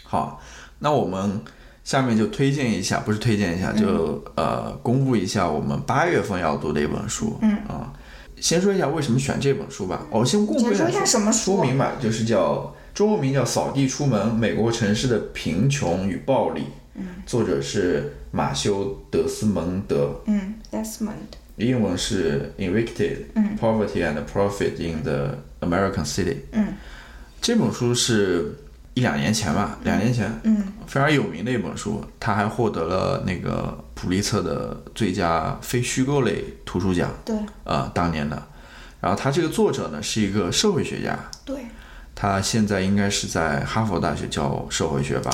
Speaker 2: 好，那我们下面就推荐一下，不是推荐一下，就
Speaker 3: 嗯
Speaker 2: 呃公布一下我们八月份要读的一本书。嗯啊，先说一下为什么选这本书吧。我先公布
Speaker 3: 先说一下什么
Speaker 2: 书
Speaker 3: 书啊
Speaker 2: 名吧，就是叫中文名叫《扫地出门：美国城市的贫穷与暴力》。
Speaker 3: 嗯
Speaker 2: 作者是马修·德斯蒙德。
Speaker 3: 嗯，Desmond，
Speaker 2: 英文是 Invicted Poverty and Profit in the American City。
Speaker 3: 嗯，
Speaker 2: 这本书是一两年前吧，两年前，嗯，非常有名的一本书，它还获得了那个普利策的最佳非虚构类图书奖，
Speaker 3: 对
Speaker 2: 呃，当年的。然后他这个作者呢是一个社会学家，
Speaker 3: 对，
Speaker 2: 他现在应该是在哈佛大学教社会学吧。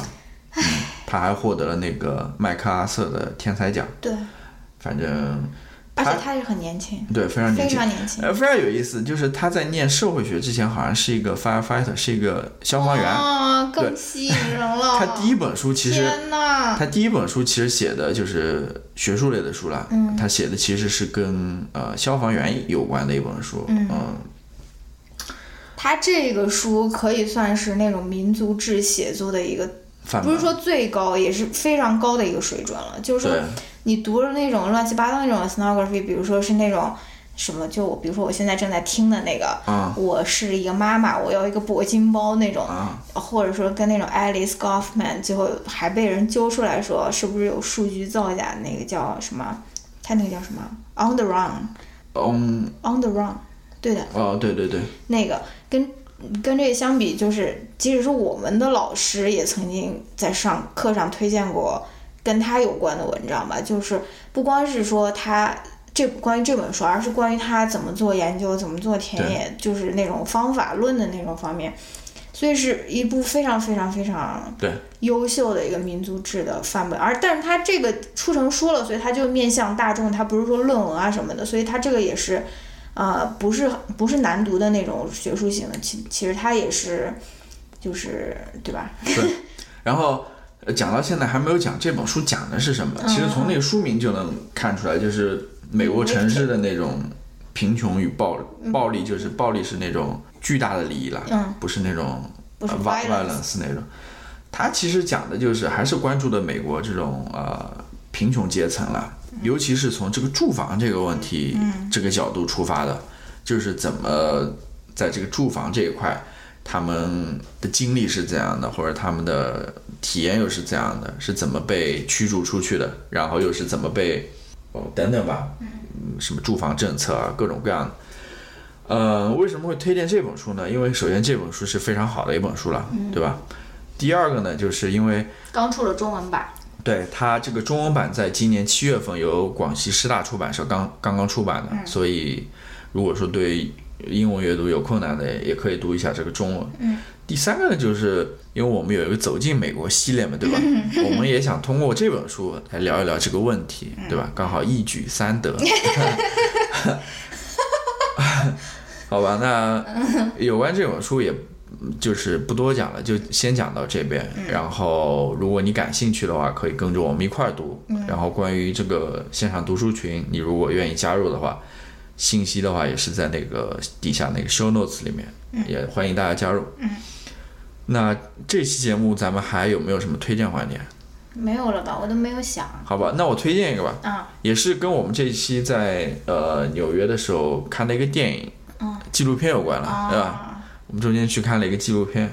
Speaker 2: 嗯，他还获得了那个麦克阿瑟的天才奖，
Speaker 3: 对，
Speaker 2: 反正
Speaker 3: 而
Speaker 2: 他
Speaker 3: 且他也很年轻，
Speaker 2: 对非常年
Speaker 3: 非
Speaker 2: 轻
Speaker 3: 常，年轻。
Speaker 2: 呃，非常有意思，就是他在念社会学之前，好像是一个 firefighter，是一个消防员。
Speaker 3: 啊，
Speaker 2: 对
Speaker 3: 更吸引人了。
Speaker 2: 他第一本书其实，
Speaker 3: 天呐，
Speaker 2: 他第一本书其实写的就是学术类的书啦。嗯，他写的其实是跟呃消防员有关的一本书。嗯
Speaker 3: 他这个书可以算是那种民族志写作的一个，
Speaker 2: 反
Speaker 3: 不是
Speaker 2: 吧
Speaker 3: 说最高，也是非常高的一个水准了。就是说
Speaker 2: 对，
Speaker 3: 你读了那种乱七八糟那种 ethnography，比如说是那种什么，就我比如说我现在正在听的那个，
Speaker 2: 啊
Speaker 3: 我是一个妈妈，我要一个铂金包那种，
Speaker 2: 啊
Speaker 3: 或者说跟那种 Alice Goffman，最后还被人揪出来说是不是有数据造假，那个叫什么？他那个叫什么？On the Run，On
Speaker 2: 嗯，
Speaker 3: the Run，对的，
Speaker 2: 哦，对对对，
Speaker 3: 那个跟跟这个相比，就是即使是我们的老师也曾经在上课上推荐过跟他有关的文章吧，就是不光是说他这关于这本书，而是关于他怎么做研究、怎么做田野，就是那种方法论的那种方面。所以是一部非常非常非常
Speaker 2: 对
Speaker 3: 优秀的一个民族志的范本，而但是它这个出成书了，所以它就面向大众，它不是说论文啊什么的，所以它这个也是，呃，不是不是难读的那种学术型的，其其实它也是，就是对吧？
Speaker 2: 对。然后呃讲到现在还没有讲这本书讲的是什么，其实从那个书名就能看出来，就是美国城市的那种贫穷与暴暴力，就是暴力是那种巨大的利益啦，不是那种
Speaker 3: 不是
Speaker 2: 呃 vi-
Speaker 3: violence
Speaker 2: violence 那种。它其实讲的就是还是关注的美国这种呃贫穷阶层啦，
Speaker 3: 嗯
Speaker 2: 尤其是从这个住房这个问题、这个角度出发的，就是怎么在这个住房这一块，他们的经历是怎样的，或者他们的体验又是怎样的，是怎么被驱逐出去的，然后又是怎么被哦等等吧，嗯，什么住房政策啊，各种各样的。呃，为什么会推荐这本书呢？因为首先这本书是非常好的一本书了，对吧？第二个呢，就是因为
Speaker 3: 刚出了中文版，
Speaker 2: 对它这个中文版在今年七月份由广西师大出版社刚刚刚出版的，所以如果说对英文阅读有困难的，也可以读一下这个中文。嗯。第三个呢，就是因为我们有一个走进美国系列嘛，对吧？我们也想通过这本书来聊一聊这个问题，对吧？刚好一举三得。 好吧，那有关这本书也就是不多讲了，就先讲到这边。然后，如果你感兴趣的话，可以跟着我们一块儿读。然后，关于这个线上读书群，你如果愿意加入的话，信息的话也是在那个底下那个 show notes 里面，也欢迎大家加入。那这期节目咱们还有没有什么推荐环节？
Speaker 3: 没有了吧？我都没有想
Speaker 2: 好吧，那我推荐一个吧，
Speaker 3: 啊，
Speaker 2: 也是跟我们这一期在呃纽约的时候看的一个电影，
Speaker 3: 嗯
Speaker 2: 纪录片有关了，
Speaker 3: 啊
Speaker 2: 对吧？我们中间去看了一个纪录片，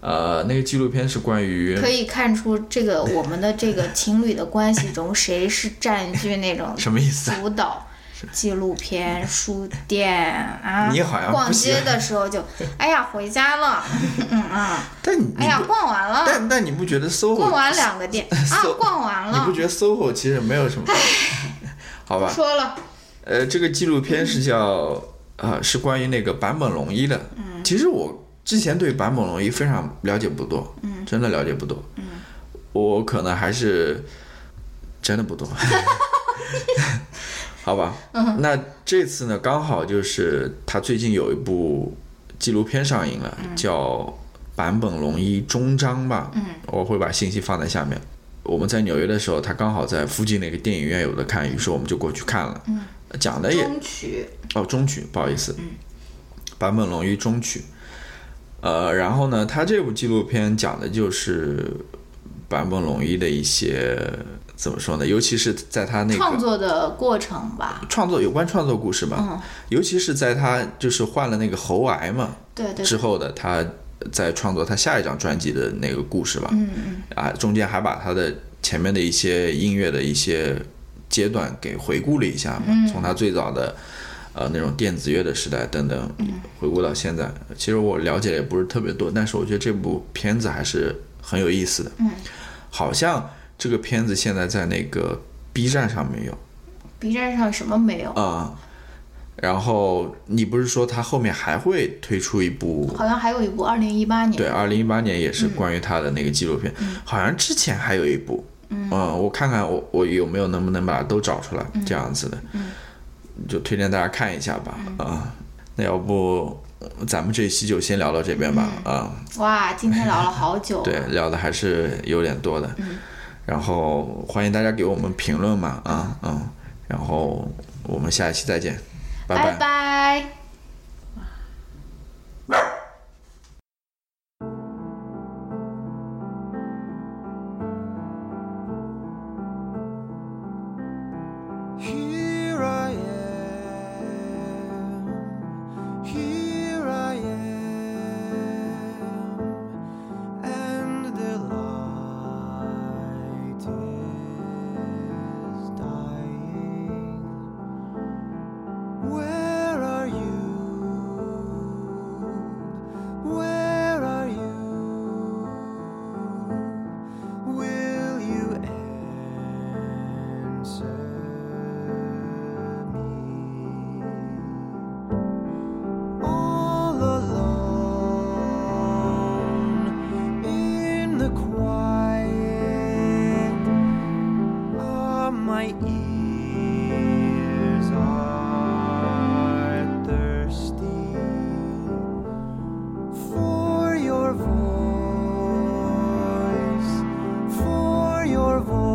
Speaker 2: 呃，那个纪录片是关于
Speaker 3: 可以看出这个我们的这个情侣的关系中，谁是占据那种
Speaker 2: 什么意思啊？
Speaker 3: 主导纪录片、书店啊。
Speaker 2: 你好像不
Speaker 3: 逛
Speaker 2: 喜
Speaker 3: 街
Speaker 2: 欢
Speaker 3: 的时候 就，哎呀，回家了，嗯啊，
Speaker 2: 但你
Speaker 3: 哎呀，
Speaker 2: 不
Speaker 3: 逛完了，
Speaker 2: 但但你不觉得 SOHO
Speaker 3: 逛完两个 店啊，逛完
Speaker 2: 你不
Speaker 3: 了，
Speaker 2: 觉得 SOHO 其实没有什么？ 好吧，
Speaker 3: 说了，
Speaker 2: 呃，这个纪录片是叫呃，是关于那个坂本龙一的。嗯，其实我之前对坂本龙一非常了解不多，嗯，真的了解不多。嗯，我可能还是真的不多。 好吧，那这次呢，刚好就是他最近有一部纪录片上映了，叫坂本龙一终章吧。嗯，我会把信息放在下面。我们在纽约的时候，他刚好在附近那个电影院有的看，于是我们就过去看了。嗯，讲的也
Speaker 3: 中曲，
Speaker 2: 哦，中曲，不好意
Speaker 3: 嗯
Speaker 2: 思，坂本龙一中曲。呃，然后呢，他这部纪录片讲的就是坂本龙一的一些怎么说呢？尤其是在他那个
Speaker 3: 创作嗯的过程吧，
Speaker 2: 创作有关创作故事吧，尤其是在他就是患了那个喉癌嘛
Speaker 3: 对对
Speaker 2: 之后的他在创作他下一张专辑的那个故事吧，嗯嗯，啊，中间还把他的前面的一些音乐的一些阶段给回顾了一下嘛，从他最早的呃那种电子乐的时代等等，回顾到现在，其实我了解的也不是特别多，但是我觉得这部片子还是很有意思的，嗯，好像这个片子现在在那个 B 站上面有。
Speaker 3: ，B 站上什么没有？
Speaker 2: 啊、然后你不是说他后面还会推出一部？
Speaker 3: 好像还有一部二零一八年，
Speaker 2: 对，啊二零一八年也是关于他的那个纪录片，好像之前还有一部。嗯，我看看我我有没有能不能把它都找出来，这样子的，就推荐大家看一下吧。啊、那要不呃咱们这一期就先聊到这边吧。啊、
Speaker 3: 哇，今天聊了好久，
Speaker 2: 对，聊的还是有点多的。然后欢迎大家给我们评论嘛，啊、嗯，然后我们下一期再见，拜
Speaker 3: 拜拜
Speaker 5: Will you answer me? All alone in the quiet, ah, my ears are thirsty for your voice, for your voice.